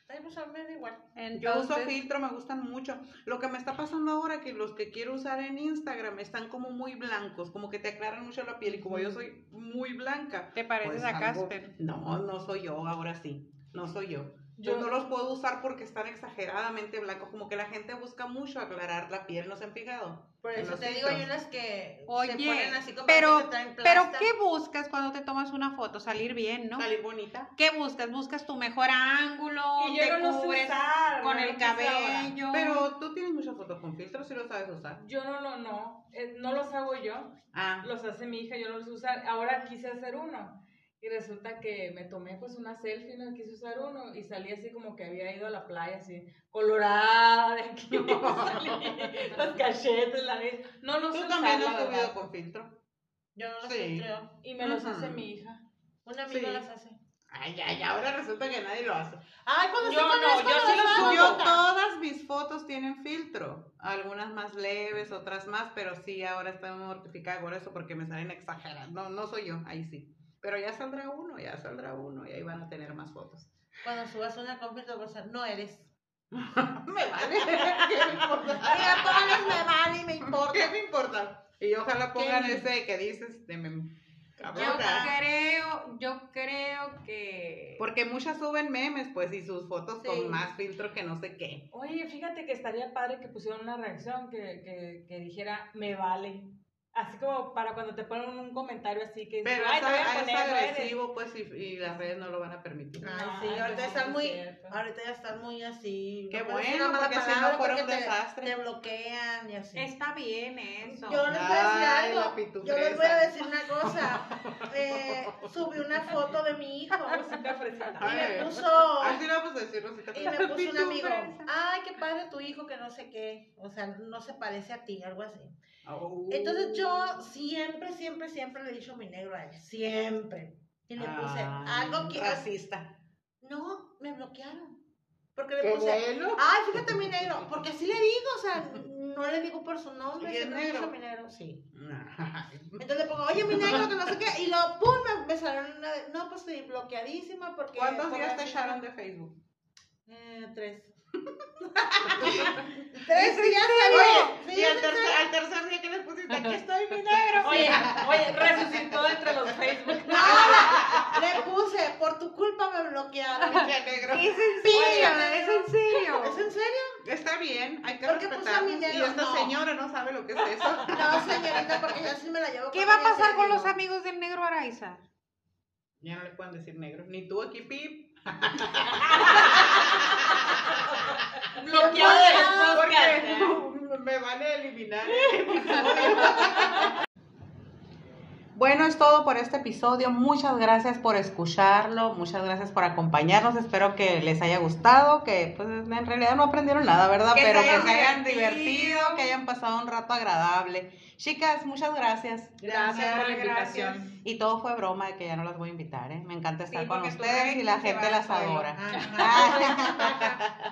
D: Ay, pues a mí me da igual.
B: Yo
C: Entonces,
B: uso filtro, me gustan mucho. Lo que me está pasando ahora que los que quiero usar en Instagram están como muy blancos, como que te aclaran mucho la piel y como yo soy muy blanca.
C: ¿te pareces
B: pues,
C: a
B: algo-
C: Casper?
B: No, no soy yo, ahora sí. No soy yo. Yo no los puedo usar porque están exageradamente blancos, como que la gente busca mucho aclarar la piel, ¿no se han fijado?
D: Por
B: En
D: eso
B: los
D: te digo, hay
B: filtros.
D: unas que
C: Oye,
D: se ponen así como
C: pero-
D: que traen
C: Pero
D: plasta.
C: ¿qué buscas cuando te tomas una foto? Salir bien, ¿no?
B: Salir bonita.
C: ¿Qué buscas? ¿Buscas tu mejor ángulo?
E: Y
C: ¿Te
E: yo no lo sé
C: cubres
E: usar.
C: con
E: no
C: el
E: lo sé ahora.
C: cabello?
B: Pero tú tienes muchas fotos con filtros y lo sabes usar.
E: Yo no, no, no. eh, No los hago yo.
B: Ah,
E: Los hace mi hija, yo no los sé usar. Ahora quise hacer uno. Y resulta que me tomé pues una selfie, no quise usar uno. Y salí así como que había ido a la playa, así, colorada de aquí. salí, los cachetes, la nariz. No los sé
B: tú
E: usar,
B: también
E: la
B: has subido
E: verdad.
B: con filtro.
D: Yo no las
B: Sí.
D: filtreo.
E: Y me los
B: Ajá.
E: hace mi hija.
D: Un amigo
B: Sí.
D: las hace.
B: Ay, ay, ahora resulta que nadie lo hace.
D: Ay, cuando
E: Yo
D: se
E: no,
D: conozco,
E: yo
D: las
E: sí las
D: hago.
E: subo.
B: Yo todas mis fotos tienen filtro, algunas más leves, otras más, pero sí, ahora estoy mortificada con eso porque me salen exageradas. No, no soy yo, ahí sí. Pero ya saldrá uno, ya saldrá uno y ahí van a tener más fotos.
D: Cuando subas una con filtro, vas a no eres.
B: Me vale. ¿Qué me importa?
D: Oiga, pónganlas, me vale y me
B: ¿Por
D: importa.
B: qué me importa? Y ojalá pongan
D: ¿Qué?
B: ese que dices de mem.
C: Yo
B: Cabrona.
C: creo, yo creo que...
B: Porque muchas suben memes, pues, y sus fotos
D: Sí.
B: con más filtro que no sé qué.
E: Oye, fíjate que estaría padre que pusieran una reacción que, que, que dijera, me vale. Así como para cuando te ponen un comentario así que...
B: Pero
E: "Ay,
B: es,
E: te voy a
B: es
E: poner, no eres".
B: agresivo, pues, y, y las redes no lo van a permitir.
D: Ay,
E: No,
D: sí,
E: ay,
D: ahorita
E: no,
D: están
E: es
D: muy,
E: cierto.
D: ahorita ya están muy así.
B: Qué
D: no puedes decir
B: bueno,
D: una mala
B: porque si no
D: palabra
B: fuera un
D: porque te-
B: desastre.
D: Te bloquean y así.
C: Está bien eso.
D: Yo les voy a decir
B: Ay, la
D: algo. Yo
B: pitufresa.
D: les voy a decir una cosa. Eh, subí una foto de mi hijo
E: Rosita Fresita.
D: y me
B: Ay.
D: puso
B: Así no vamos a decir Rosita.
D: y me puso un amigo.
C: Pitufresa.
D: Ay, qué padre tu hijo que no sé qué, o sea, no se parece a ti, algo así.
B: Oh.
D: Entonces yo siempre, siempre, siempre le he dicho mi negro a ella, siempre. Y le puse
B: Ay,
D: algo que
B: racista.
D: no me bloquearon. Porque le
B: Qué
D: puse
B: bueno.
D: Ay, fíjate mi negro, porque así le digo, o sea, no le digo por su nombre,
B: ¿Y es
D: sino le digo
B: negro?
D: mi negro, sí.
B: Ay,
D: Entonces le pongo, oye, mi negro, que no sé qué, y lo pum, me, me salió una de- no, pues estoy bloqueadísima porque...
B: ¿Cuántos
D: porque-
B: días te echaron de Facebook?
D: Eh, tres. tres días,
B: Oye,
D: salió.
B: y
D: Sí,
B: al
D: sí,
B: tercer, al tercer día que les pusiste, aquí estoy, mi negro.
E: Oye, oye, resucitó entre los Facebook.
D: No, le puse, por tu culpa me bloquearon.
B: Oye, negro.
C: Es en serio,
D: Oye,
C: es en
D: ¿Es
C: serio.
D: en serio?
B: Está bien, hay que
D: ¿Por qué puso
B: respetar.
D: mi
B: Y
D: negro?
B: esta
D: No.
B: señora no sabe lo que es eso.
D: No, señorita, porque yo sí me la llevo.
C: ¿Qué
D: con
C: va a
D: ella,
C: pasar
D: sí
C: con
D: digo.
C: los amigos del negro Araiza?
B: Ya no le pueden decir negro. Ni tú aquí, Pip.
E: Bloqueado de los podcast, ¿eh?
B: Porque me van a eliminar. este Bueno, es todo por este episodio. Muchas gracias por escucharlo, muchas gracias por acompañarnos. Espero que les haya gustado, que pues en realidad no aprendieron nada, ¿verdad?
C: Que se
B: Pero que
C: hayan
B: se hayan divertido,
C: divertido.
B: que hayan pasado un rato agradable. Chicas, muchas gracias.
E: Gracias por la invitación.
B: Y todo fue broma de que ya no las voy a invitar, ¿eh? Me encanta estar
C: Sí,
B: con
C: porque tú
B: ustedes
C: eres
B: y la
C: quien se
B: gente
C: va
B: las
C: al pueblo.
B: adora.
D: Ajá.